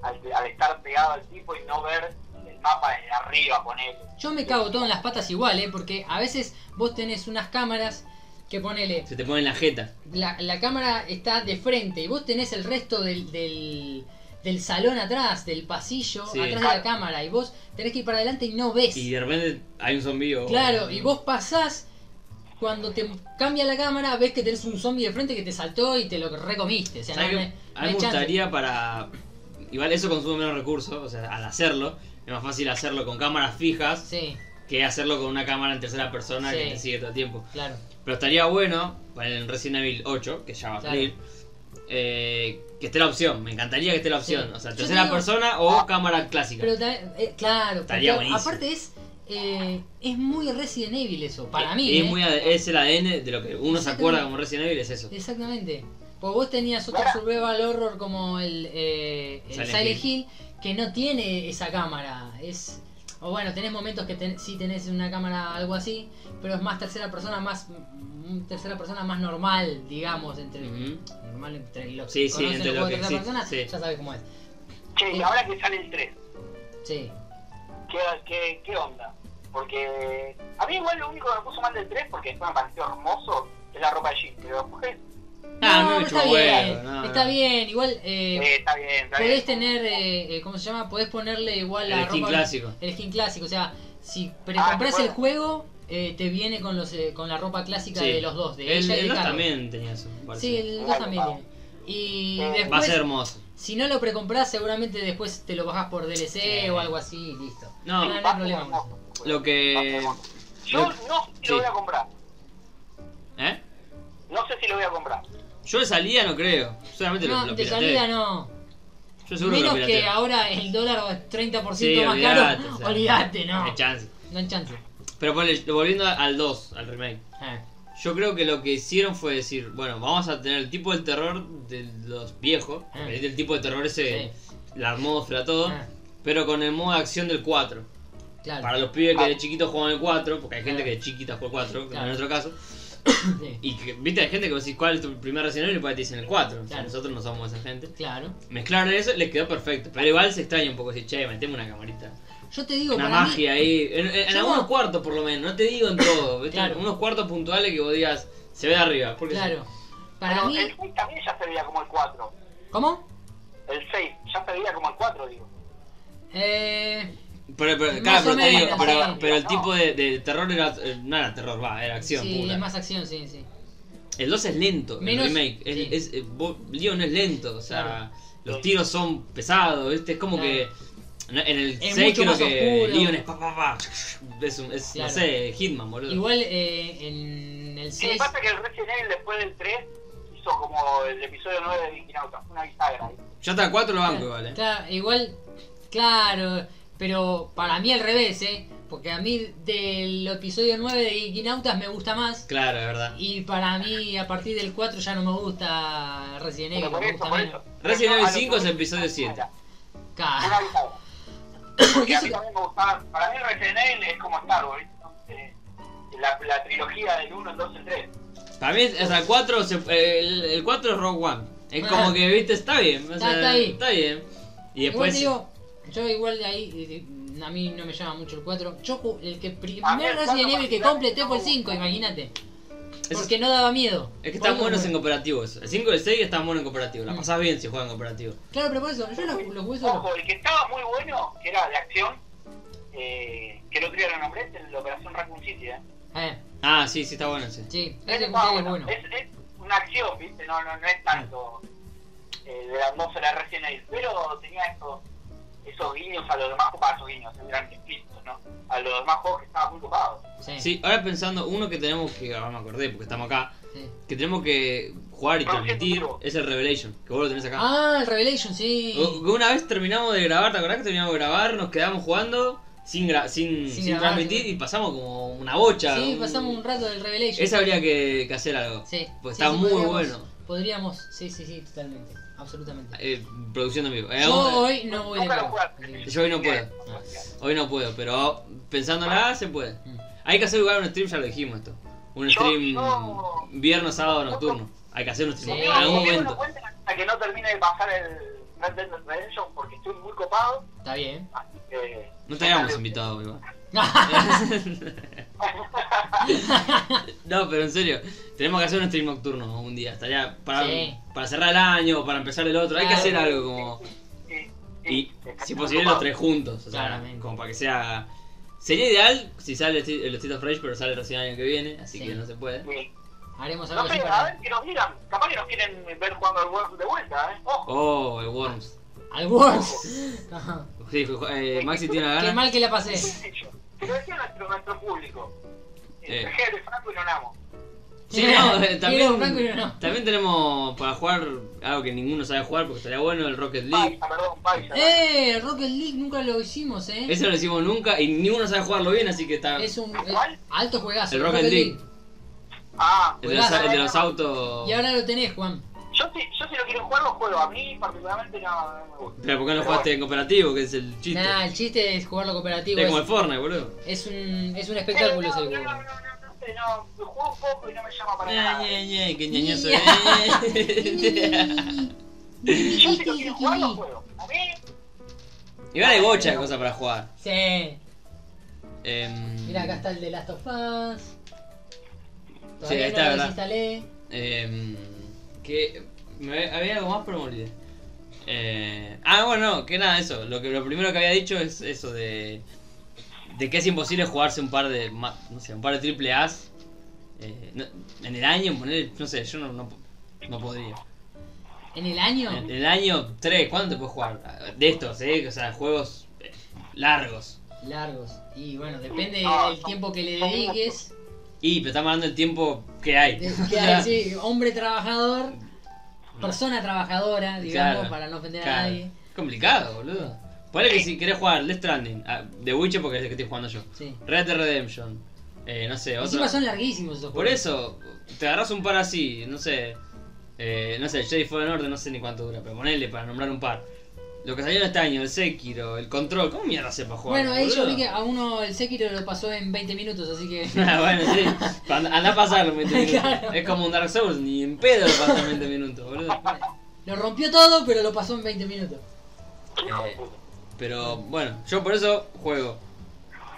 al, al estar pegado al tipo y no ver el mapa desde arriba, ponele.
Yo me cago todo en las patas igual, ¿eh? porque a veces vos tenés unas cámaras que ponele,
Se te pone en la jeta.
la, la cámara está de frente y vos tenés el resto del, del, del salón atrás, del pasillo,
Sí.
atrás de la cámara, y vos tenés que ir para adelante y no ves.
Y de repente hay un zombi o-
Claro, y vos pasás, cuando te cambia la cámara, ves que tenés un zombie de frente que te saltó y te lo recomiste. O sea,
¿Sabes
no-
qué?
no- no
A mí
hay
me
chance.
gustaría para. Igual eso consume menos recursos, o sea, al hacerlo. Es más fácil hacerlo con cámaras fijas
Sí,
que hacerlo con una cámara en tercera persona que
Sí.
te sigue todo el tiempo.
claro.
Pero estaría bueno, para el Resident Evil 8, que ya va a
Claro.
salir, eh, que esté la opción. Me encantaría que esté la opción.
Sí.
O sea,
Yo
tercera
digo-
persona o cámara clásica.
Pero también, eh, claro,
Estaría
porque
buenísimo.
aparte es eh, es muy Resident Evil eso, para
Eh,
mí.
Es,
eh.
muy ad- es el ADN de lo que uno se acuerda
Exactamente.
como Resident Evil, es eso.
Exactamente. Porque vos tenías otro survival horror como el, eh, el
Silent
Silent, Hill. que no tiene esa cámara. Es o bueno, tenés momentos que ten- sí tenés una cámara algo así, pero es más tercera persona, más mm, tercera persona más normal, digamos, entre
Ujú.
normal entre los
Sí,
que
sí,
conocen
entre
el
lo
juego de
que
tercera
existe,
persona,
sí.
ya sabes cómo es.
Che, y ahora que sale el 3,
Sí.
¿qué, qué, qué onda? Porque a mí igual lo único que me puso mal del 3, porque después me pareció hermoso, es la ropa de Jim. Pero después, eh,
Ah,
No,
no, me
está
chupa
bien,
huevo, no,
está
no.
bien, igual eh,
eh, está bien, está bien.
Podés tener, eh, eh, ¿cómo se llama? Podés ponerle igual la
El skin
ropa-
clásico.
El skin clásico, o sea, si
Ah,
compras
bueno.
el juego, eh, te viene con los eh, con la ropa clásica
Sí.
de los dos, de
El,
ella y
el
de
2
Carol.
también tenía eso.
Sí, el 2
Claro,
también
claro.
tiene. Y
Va a
Va a
después,
ser hermoso.
si no lo precompras, seguramente después te lo bajás por DLC
Sí.
o algo así y listo.
No,
no, no
Va a ser
hay problema. con eso.
hermoso. pues.
Lo
Va a ser
que.
hermoso. Yo
lo-
no sé si
sí.
lo voy a comprar.
¿Eh?
No sé si lo voy a comprar.
Yo de salida no creo. Solamente lo,
No,
lo
de
pirateé.
salida no.
Yo seguro
Menos
que lo
que,
pirateé.
ahora el dólar va 30%
Sí,
más
olvidate,
caro.
o sea,
olvídate,
No
no.
hay chance.
No hay chance.
Pero ponle, volviendo al 2, al remake.
Ah,
Yo creo que lo que hicieron fue decir, bueno, vamos a tener el tipo del terror de los viejos,
Ah.
el del tipo de terror ese,
sí.
la atmósfera, todo,
Ah,
pero con el modo de acción del 4.
claro.
Para los pibes que
Ah.
de chiquitos juegan el 4, porque hay gente
Ah.
que de chiquita juega el 4, como en
Claro.
nuestro caso,
Sí,
y que, viste, hay gente que vos decís, ¿cuál es tu primer Resident Evil? Y por ahí te dicen el 4. O sea,
Claro.
nosotros no somos esa gente.
claro.
Mezclaron eso, les quedó perfecto. Pero igual se extraña un poco decir, che, metemos una camarita.
Yo te digo,
Una
para mí-
magia ahí. En, en- en
Yo
algunos
no-
cuartos, por lo menos. No te digo en todo. ¿viste?
Claro.
Unos cuartos puntuales que vos digas, se ve de arriba. Porque
Claro. Para
Pero
mí.
el 6 también ya se veía como el 4.
¿Cómo?
El 6 ya se veía como el 4, digo.
Eh,
Pero, pero,
Más
claro,
o
pero te digo,
menos,
pero,
sí.
pero el
No.
tipo de, de terror era. eh, No era terror, va, era acción
sí,
pura.
es más acción, sí, sí.
El 2 es lento,
Menos-
el remake. Es,
sí.
es- eh, vos- Leon es lento, o sea,
Claro.
los tiros son pesados, ¿viste? Es como
Claro.
que. no, En el
Es
6
mucho
creo
más
que
oscuro.
Leon es pa, pa, pa, Es, un, es
Claro.
no sé, Hitman, boludo.
Igual eh, en el
Sí,
6.
pasa que el Resident Evil después del 3 hizo como el episodio 9 de Vikinauta, una bisagra. ahí.
Ya hasta el 4 lo banco, igual, ¿eh?
Claro, igual, claro, pero para mí al revés, ¿eh? Porque a mí del episodio 9 de Geekinautas me gusta más.
Claro, es verdad.
Y para mí, a partir del 4 ya no me gusta Resident
Pero
Evil,
por
me
eso,
gusta
por
menos.
eso.
Resident Evil
Ah, no,
5 es
por-
episodio 7.
Mira, una
Ca-
avisada.
*coughs*
Porque a mí también me gustaba, para mí Resident Evil es como Star Wars, ¿viste? Entonces, la, la trilogía del 1, el 2, el 3.
Para mí, o sea, 4 se fue- el, el 4 es Rogue One. Es
Ah.
como que, viste, está bien. o
Está-
sea,
está ahí.
bien. Y
Igual
después.
te digo, yo igual de ahí, eh, a mí no me llama mucho el 4. Yo ju- el que
A mí el
primer
cuatro
Resident Evil que
particular-
completé fue el 5, imagínate.
es,
Porque no daba miedo.
es que
Por
están
eso
buenos
me-
en cooperativos. El 5 y el 6 están buenos en cooperativo. La
Mm.
pasás bien si juegan en cooperativo.
Claro, pero por eso, yo los, los jugué solo.
Ojo, el que estaba muy bueno, que era de acción, eh, que el otro día lo nombré, es el de Operación Raccoon City, ¿eh?
Eh,
Ah, sí, sí, está bueno ese.
sí,
Ese
ese
estaba
juego es bueno.
Es, es una acción, ¿viste? No, no, no es tanto eh, de la atmósfera de Resident Evil, pero tenía esos, esos guiños a los demás copados, esos guiños, eran explícitos, ¿no? A los demás juegos que estaban muy copados.
Sí, sí.
Sí, ahora pensando, uno que tenemos que. Ahora me acordé porque estamos acá. Que tenemos que jugar y
Pero sí,
transmitir
seguro.
es el Revelation. Que vos lo tenés acá.
Ah, el Revelation, sí.
U- Una vez terminamos de grabar, ¿te acordás que terminamos de grabar? Nos quedamos jugando sin gra- sin,
Sin
sin,
grabar,
transmitir
sí.
y pasamos como una bocha.
Sí,
un-
pasamos un rato del Revelation.
Esa habría que, que hacer algo.
Sí.
Pues
sí,
está
sí,
muy
podríamos-
bueno.
Podríamos, sí, sí, sí, totalmente. Absolutamente.
Eh, producción de vivo. Eh,
Yo
aún-
hoy no voy de
Nunca lo
nuevo.
jugaste.
Yo hoy no puedo.
No.
hoy no puedo, pero pensando nada se puede.
Mm.
Hay que hacer igual un stream, ya lo dijimos esto. Un
Yo-
stream
yo-
viernes, sábado, nocturno. Hay que hacer un stream
Sí.
en
Conmigo-
algún
conmigo no
momento.
cuenten hasta que no termine de pasar el Red Dead Redemption porque estoy muy copado,
Está bien. *laughs*
así que...
No te habíamos invitado, igual. No, pero en serio, tenemos que hacer un stream nocturno un día. Estaría para,
Sí.
para cerrar el año, para empezar el otro. Hay que
Claro.
hacer algo como.
Sí,
Y
sí, está
si
muy
posible, los
copado.
tres juntos. O sea,
Claramente.
como para que sea. Sería ideal si sale el Sti- el State of Rage, pero sale recién el año que viene, así
Sí.
que no se puede.
Sí.
Haremos algo
No
así
sé, a
para.
ver que nos digan. Capaz que nos quieren ver jugando al Worms de vuelta, ¿eh? Ojo.
Oh, el Worms.
Al
*laughs*
Worms.
Sí, ju- eh, Maxi tiene una
Qué
gana.
mal que la pasé.
sencillo. Te lo decía nuestro, nuestro público.
Eh.
El jefe Franco y Nonamo.
Sí, no, eh,
Era un rango y
*laughs* también,
no.
también tenemos para jugar algo que ninguno sabe jugar porque estaría bueno, el Rocket League.
Paisa, perdón, Paisa.
Eh, Rocket League nunca lo hicimos, eh.
Eso no lo hicimos nunca y ninguno sabe jugarlo bien, así que está.
Es un
¿Cuál?
es- alto juegazo.
El Rocket League.
Ah,
El de, los, el de los
Y
autos.
ahora lo tenés, Juan.
yo si, yo si lo quiero jugar, lo juego. A mí particularmente no, no me gusta.
Pero ¿por qué no jugaste en cooperativo? Que es el chiste.
Nah, el chiste es jugarlo cooperativo.
es como el
Es,
Fortnite, boludo.
es un, es un
Eh,
espectáculo
no,
ese
no, no,
juego.
no, no, no sé, no. Lo juego un poco y no me llama
Eh,
para nada.
Ñe, ñe, ñe, qué
*laughs*
ñoñoso,
Ya.
eh.
*laughs* Yo si lo quiero pues. jugar, lo juego. A mí,
*laughs* Igual hay bocha de cosas para jugar.
Sí.
Em,
Mira, acá está el de Last of Us. Todavía
Sí, ahí
no
está,
lo
¿verdad?
desinstalé.
em, que me- había algo más, pero me olvidé. Eh, ah, bueno, no, que nada, eso. Lo, que, lo primero que había dicho es eso de. De que es imposible jugarse un par de. ma- No sé, un par de triple A's. eh, no- en el año, poner. No sé, yo no, no, no podría.
¿En el año?
En el año 3, ¿cuándo te puedes jugar? De estos, ¿eh? O sea, juegos eh, largos.
Largos. Y bueno, depende
Ah,
del
son-
tiempo que le
son
dediques.
*laughs* Y, pero estamos hablando del tiempo que hay.
de-
O
que
sea,
hay,
*laughs*
sí, hombre trabajador, persona trabajadora, digamos,
Claro,
para no ofender a
claro.
nadie.
Complicado, boludo. Ponle
Eh.
que si querés jugar Death Stranding, ah, The Witcher porque es el que estoy jugando yo.
Sí.
Red Dead Redemption, eh, no sé, otro.
Encima son larguísimos esos
Por
juegos.
eso, te agarras un par así, no sé. Eh, no sé, el Jedi Fallen Order, no sé ni cuánto dura, pero ponele para nombrar un par. Lo que salió este año, el Sekiro, el Control, ¿cómo mierda se para jugar?
Bueno, ahí yo
boludo?
vi que a uno el Sekiro lo pasó en 20 minutos, así
*laughs*
que.
Ah, bueno, sí. Anda a pasarlo en
*laughs*
20 minutos.
Claro.
Es como un Dark Souls, ni en pedo lo pasas en 20 minutos, boludo.
Lo rompió todo, pero lo pasó en 20 minutos.
hijo de
Eh,
puta.
Pero bueno, yo por eso juego.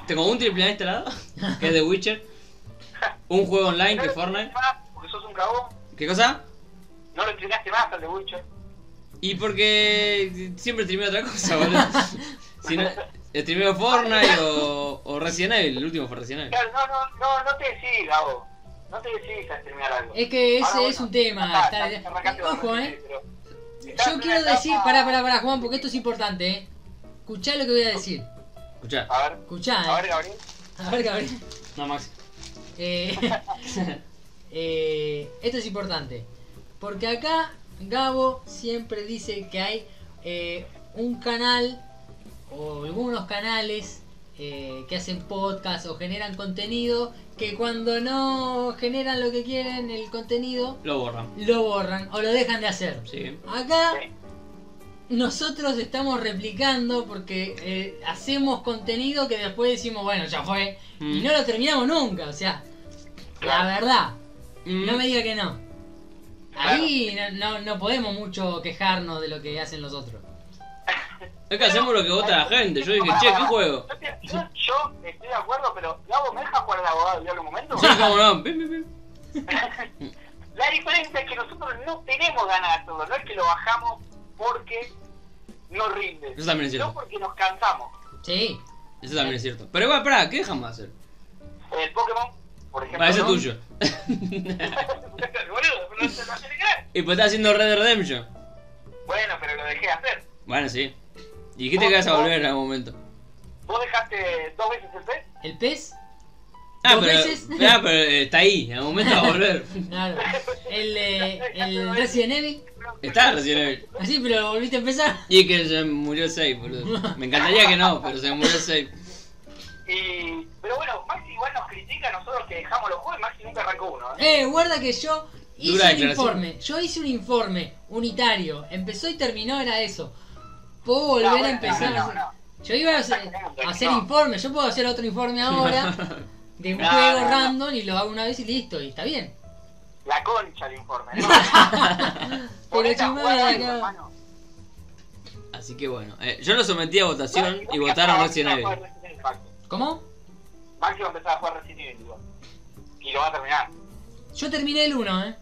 Tengo un triple A
*laughs*
instalado, que es The Witcher. Un juego online, que es Fortnite.
Porque sos un cagón.
¿Qué cosa?
No lo entrenaste más al de Witcher.
Y porque siempre streameo otra cosa,
*laughs*
boludo. Si no, streameo Fortnite o, o Resident Evil, el último fue Resident Evil.
Claro, no, no, no, no te decidís, Gabo. No te decidís a terminar algo.
Es que ese
Ahora, bueno,
es un tema.
está,
estar-
está, arrancaste
Ojo,
con
eh.
pero- estás
Yo
en
quiero
una
decir.
etapa-
Pará, pará, pará, Juan, porque esto es importante, eh. Escuchá lo que voy a decir.
Escuchá.
A ver, a
Escuchá,
ver,
eh.
Gabriel.
A ver, Gabriel.
No, Max.
Eh, *laughs* eh, esto es importante. Porque acá Gabo siempre dice que hay eh, un canal o algunos canales eh, que hacen podcast o generan contenido que cuando no generan lo que quieren el contenido
Lo borran.
lo borran o lo dejan de hacer.
Sí.
Acá
Sí.
nosotros estamos replicando porque eh, hacemos contenido que después decimos, bueno, ya fue. Y
Mm.
no lo terminamos nunca, o sea, la verdad,
Mm.
no me diga que no. Ahí no, no, no podemos mucho quejarnos de lo que hacen los otros.
Es que hacemos lo que vota la gente. Yo dije, che, ¿qué juego?
Yo, te- yo- yo estoy de acuerdo, pero Gabo, ¿me deja jugar de abogado en algún momento?
Sí, cómo no. Pim, pim, pim.
*laughs* La diferencia es que nosotros no tenemos ganas de hacerlo, no es que lo bajamos porque no rinde,
Eso también es
no
cierto.
porque nos cansamos.
Sí,
Eso también es cierto. Pero igual, pará, ¿qué dejamos de hacer?
El Pokémon, por ejemplo.
Va, Ah, ese es
¿no?
tuyo.
Boludo, pero no se lo hace ni creer.
*laughs* Y pues estás haciendo Red Dead Redemption.
bueno, pero lo dejé de hacer.
Bueno, sí. Dijiste que vas
Oh,
a volver en algún momento.
¿Vos dejaste dos veces el pez?
el pez,
Ah,
¿Dos
pero,
veces?
*laughs* ah, pero eh, está ahí. En algún momento va a volver.
*laughs* claro, el, eh, el Resident Evil,
Está recién él.
así, pero lo volviste a empezar.
Y que se murió Safe, boludo. Me encantaría que no, pero se murió Safe.
Y, pero bueno, Maxi igual nos critica a nosotros que dejamos los juegos y Maxi nunca arrancó uno. ¿eh?
Eh, guarda que yo hice
Dura
un
declaración.
informe. Yo hice un informe unitario. Empezó y terminó, era eso. Puedo volver
No,
a
Ah, bueno,
empezar.
no, no, no.
Yo iba a hacer, a hacer
No.
informe. Yo puedo hacer
*laughs*
otro informe ahora de un
No,
juego
no, no.
random y lo hago una vez y listo. Y está bien.
La concha el informe.
*laughs*
¿no?
Pero
Ponete a jugar
chumada,
algo,
no.
hermano.
Así que bueno. eh, yo lo sometí a votación
Maxi,
y
vos
votaron
empezás
Resident
a
Evil.
jugar Resident Evil, Maxi.
¿Cómo?
Maxi va a empezar a jugar Resident Evil. digo. Y lo va a terminar.
Yo terminé el 1, ¿eh?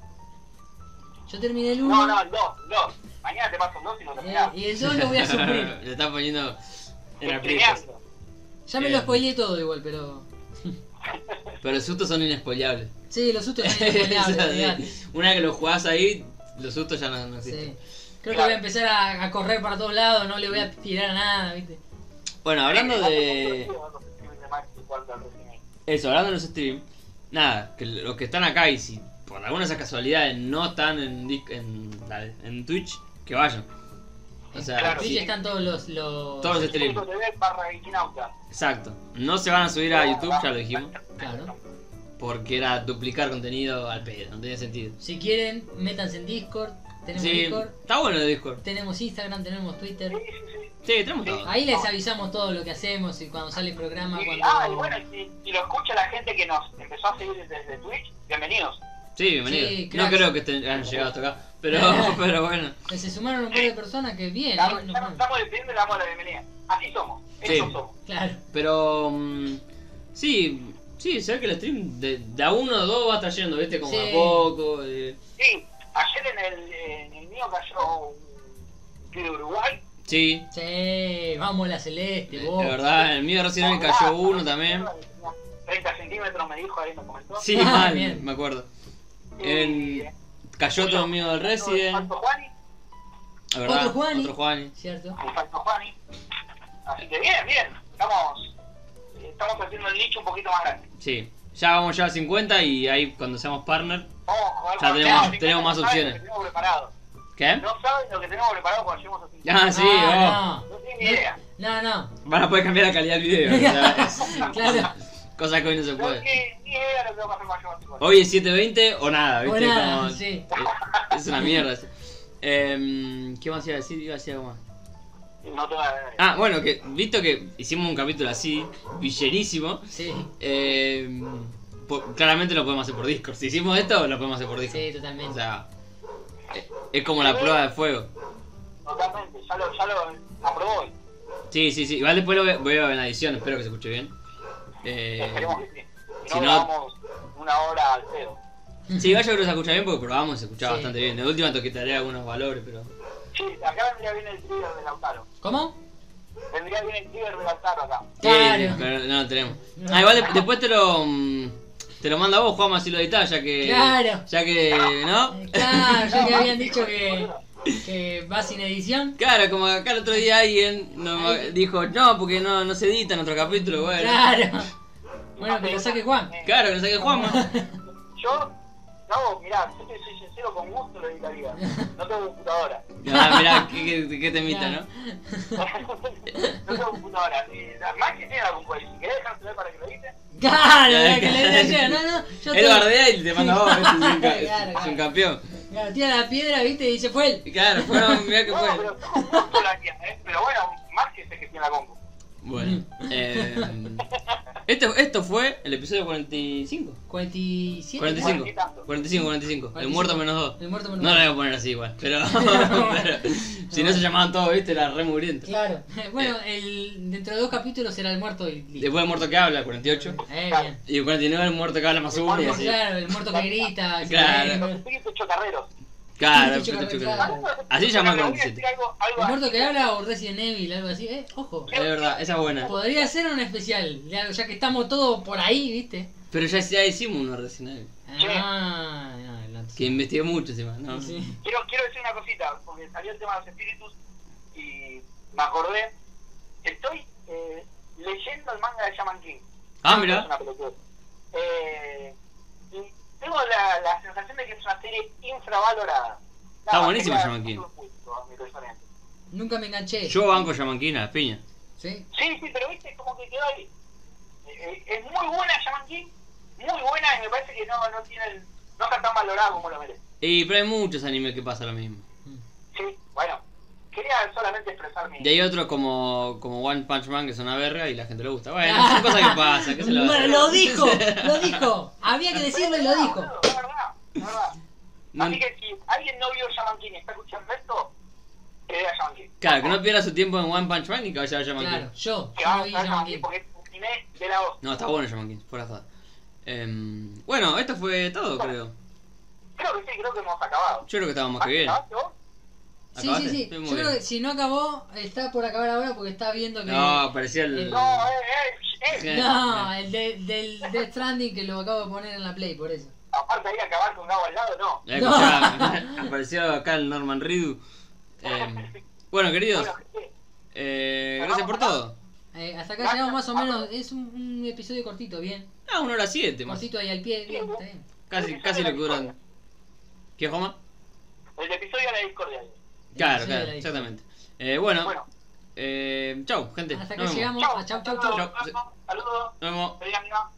Yo terminé el 1.
No, no, el 2, el dos. Mañana te paso el 2 y lo terminás.
y el 2 lo voy
*laughs*
a sufrir.
Le está poniendo en aprietos.
Estremeando.
Ya me lo
Eh.
spoileé todo igual, pero...
Pero los sustos son inespoleables.
Sí, los sustos
*laughs*
son inespeleables, olvidate.
Una vez que lo jugás ahí, los sustos ya no, no existen.
Sí. Creo que voy a empezar a, a correr para todos lados, no le voy a tirar a nada, ¿viste?
Bueno, hablando de.
Yo
Eso, hablando de los streams. Nada, que los que están acá y si por alguna de esas casualidades no están en, Dis- en, dale, en Twitch, que vayan. O sea,
Claro,
Twitch
sí.
están todos los. los-
Todos los streams.
barra Geekinauta.
Exacto. No se van a subir a YouTube, ya lo dijimos.
Claro.
Porque era duplicar contenido al pedo, no tenía sentido.
Si quieren, métanse en Discord. Tenemos
Sí,
Discord.
está bueno el Discord.
Tenemos Instagram, tenemos Twitter.
Sí, sí, sí.
Sí, tenemos todo.
Ahí les avisamos todo lo que hacemos y cuando sale el programa.
Y-
cuando...
ah, y bueno, y si, si lo escucha la gente que nos empezó a seguir desde Twitch, bienvenidos.
Sí, bienvenido.
Sí,
no
cracks.
creo que estén, hayan llegado hasta acá. Pero,
*laughs*
pero *laughs* bueno.
Pues Se sumaron un par de personas que bien.
Estamos,
¿eh? No,
estamos, estamos despidiendo y le damos la bienvenida. Así somos,
Sí.
eso somos.
Claro.
Pero. mm, sí, sí, se ve que el stream de, de a uno o dos va trayendo, ¿viste? Como de
Sí.
a poco. eh.
Sí, ayer en el, en el mío cayó un tío de Uruguay.
Sí,
Sí, vamos la
eh,
celeste, vos.
de verdad. En el mío recién me
Ah,
cayó uno también.
30 centímetros me dijo, ahí me comentó.
Sí,
Ah,
mal,
bien.
me acuerdo.
Y-
en- Cayó otro mío del Resident.
Falso Juani,
La verdad,
Otro Juani.
Otro Juani.
¿Cierto?
Ah,
el falso Juani. Así que bien, bien, estamos, estamos haciendo el nicho un poquito más grande.
Sí. Ya vamos ya a 50 y ahí cuando seamos partner.
Ojo,
Ya tenemos- tenemos más
No saben lo que
opciones.
tenemos preparado.
¿qué?
No saben lo que tenemos preparado cuando lleguemos a 50.
*laughs* Ah, sí, oh.
Ah,
No tienen ni idea.
no. no, no.
Van a poder cambiar la calidad del video. o
*laughs*
sea, es- *laughs*
Claro.
cosa que hoy no se
No
puede.
tienen ni idea de lo que va a pasar cuando lleguemos a 50.
Hoy es 7.20 o nada,
O
¿viste?
nada,
Como-
sí.
eh, Es una mierda. eso. Em, ¿Qué más iba a decir? Iba a decir algo más.
No te va a dar.
Ah, bueno, que visto que hicimos un capítulo así, villerísimo,
Sí,
em, po- claramente lo podemos hacer por Discord. Si hicimos esto, lo podemos hacer por Discord.
sí,
O
*laughs* totalmente.
sea, eh, es como la prueba de fuego.
Totalmente, ya lo, ya lo aprobó. hoy.
Sí, sí, sí. Igual después lo ve- voy a ver en la edición, espero que se escuche bien. Eh,
Esperemos que sí. Si
si
no,
no-
grabamos una hora al pedo.
sí, igual yo creo que se escucha bien porque probamos y se escuchaba
Sí.
bastante bien. De última toquetaré algunos valores, pero...
Sí, acá vendría bien el trigger de Lautaro.
*laughs*
¿Cómo?
Vendría bien el trigger de Lautaro acá.
Claro.
Sí, pero no lo tenemos. Ah, igual de- después te lo mm, te lo manda vos, Juanma, si lo editás, ya que.
Claro.
Ya que. ¿No?
Eh, Claro, ya que
No,
habían
Maxi,
dicho que,
boludo.
que va sin edición.
*laughs* Claro, como acá el otro día alguien nos dijo, no, porque no, no se edita en otro capítulo, bueno. Ah,
Eh,
Claro. Bueno, que lo saque Juan.
Claro, que lo saque Juanma.
Yo, no, Gustavo, mirá, yo te soy sincero, con gusto lo editaría. No tengo computadora.
*laughs* *laughs* Ah, mirá, qué, qué, qué temita, ¿no?
no tengo computadora. Eh, más que tiene la computadora. Si querés dejárselo para que lo edite,
Claro, la que le di yo, no, no, yo
Él
tengo-
bardea y te manda a vos,
*laughs*
es un, ca-
Claro,
es un
claro.
campeón.
Claro, tira la piedra, viste, y dice, fue él.
Y Claro,
*laughs*
bueno, mirá que
no,
fue.
pero yo con gusto la haría, ¿eh? Pero bueno, más que sé que tiene la compu.
Bueno, eh, esto, esto fue el episodio 45.
47.
45,
Cuarenta y tanto.
45, 45. El muerto menos 2.
El muerto menos
No
dos.
lo voy a poner así igual,
*laughs*
pero, *laughs* pero si no se llamaban todos, viste, era re mugriento.
Claro.
*laughs* Eh.
Bueno, el, dentro de dos capítulos será el muerto y listo.
Después el muerto que habla, 48.
Eh, bien.
Y el 49 el muerto que habla más uno y así.
Claro, el muerto
*laughs*
que grita. que-
Claro.
Los espíritus chocarreros.
Claro,
Mucho
perfecto,
carretera.
claro. Así
Pero
llaman
le voy a
47.
decir Algo, algo
El muerto
así.
que habla o Resident Evil, algo así. Eh, ojo.
Es verdad, esa es buena.
Podría ser un especial, ya, ya que estamos todos por ahí, viste.
Pero ya, ya hicimos uno recién ahí,
Sí.
Ah, no, no,
Que investigué mucho encima, ¿no?
sí.
Quiero, quiero decir una cosita, porque salió el tema de los espíritus y me acordé. Estoy eh, leyendo el manga de Shaman King.
Ah,
Es
mira.
una pelotudez. Eh, y tengo la, la sensación de que es una serie infravalorada.
Está buenísimo
quería
Shaman King.
darle un punto a mi pensamiento.
Nunca me enganché.
Yo banco Yamanquina, las piñas.
¿Sí?
Sí, sí, pero viste, como que quedó ahí. Eh, eh, es muy buena Shaman King, muy buena y me parece que no, no tiene el- no está tan valorada como lo merece.
Y pero hay muchos animes que pasa lo mismo.
Sí, bueno, quería solamente expresar mi...
Y hay otros como, como One Punch Man que son una verga y la gente le gusta. Bueno, son cosas que pasan,
*laughs*
¿qué se lo va a
Bueno,
hacer?
lo dijo, lo dijo. Había que
Pero es
decirlo y lo
verdad,
dijo.
boludo, Es verdad, es verdad.
*laughs* No-
Así que si alguien no vio Shaman King y está escuchando esto, que vea Shaman King.
Claro, que no pierda su tiempo en One Punch Man y que vaya a Yamanquina.
Claro, yo,
Que
yo no
vamos
vi
a ver
Shaman
Shaman
King.
King porque es un anime de la voz.
No, está bueno Shaman King, fuera joda. Em, bueno, esto fue todo, creo.
Creo que sí, creo que hemos acabado.
Yo creo que estábamos que bien.
¿Acabaste vos?
Sí, sí,
¿Acabaste?
sí.
Estoy
Yo
muy
creo
bien.
que si no acabó, está por acabar ahora porque está viendo que.
No, parecía el.
Eh,
No, eh, eh, eh.
No, el de- del Death Stranding que lo acabo de poner en la Play, por eso.
Aparte ahí acabar con Gabo al lado, no.
Eh, escuchá, *laughs* apareció acá el Norman Reedus. Em,
*laughs*
bueno, queridos,
Bueno, gente,
eh, gracias por todo.
Eh, hasta acá llegamos más o menos. Es un, un episodio cortito, bien.
Ah, una hora siete más.
Cortito ahí al pie, bien, está bien.
Casi, casi lo que duran. ¿Qué, Joma?
El episodio de la discordia.
Claro,
Sí,
claro,
ahí.
exactamente. Eh, bueno,
Bueno,
eh, chau, gente. Nos
Hasta acá
vemos.
llegamos.
chao.
Ah, Chau, chau, chau.
Chau.
Saludos,
Nos vemos.
feliz amiga.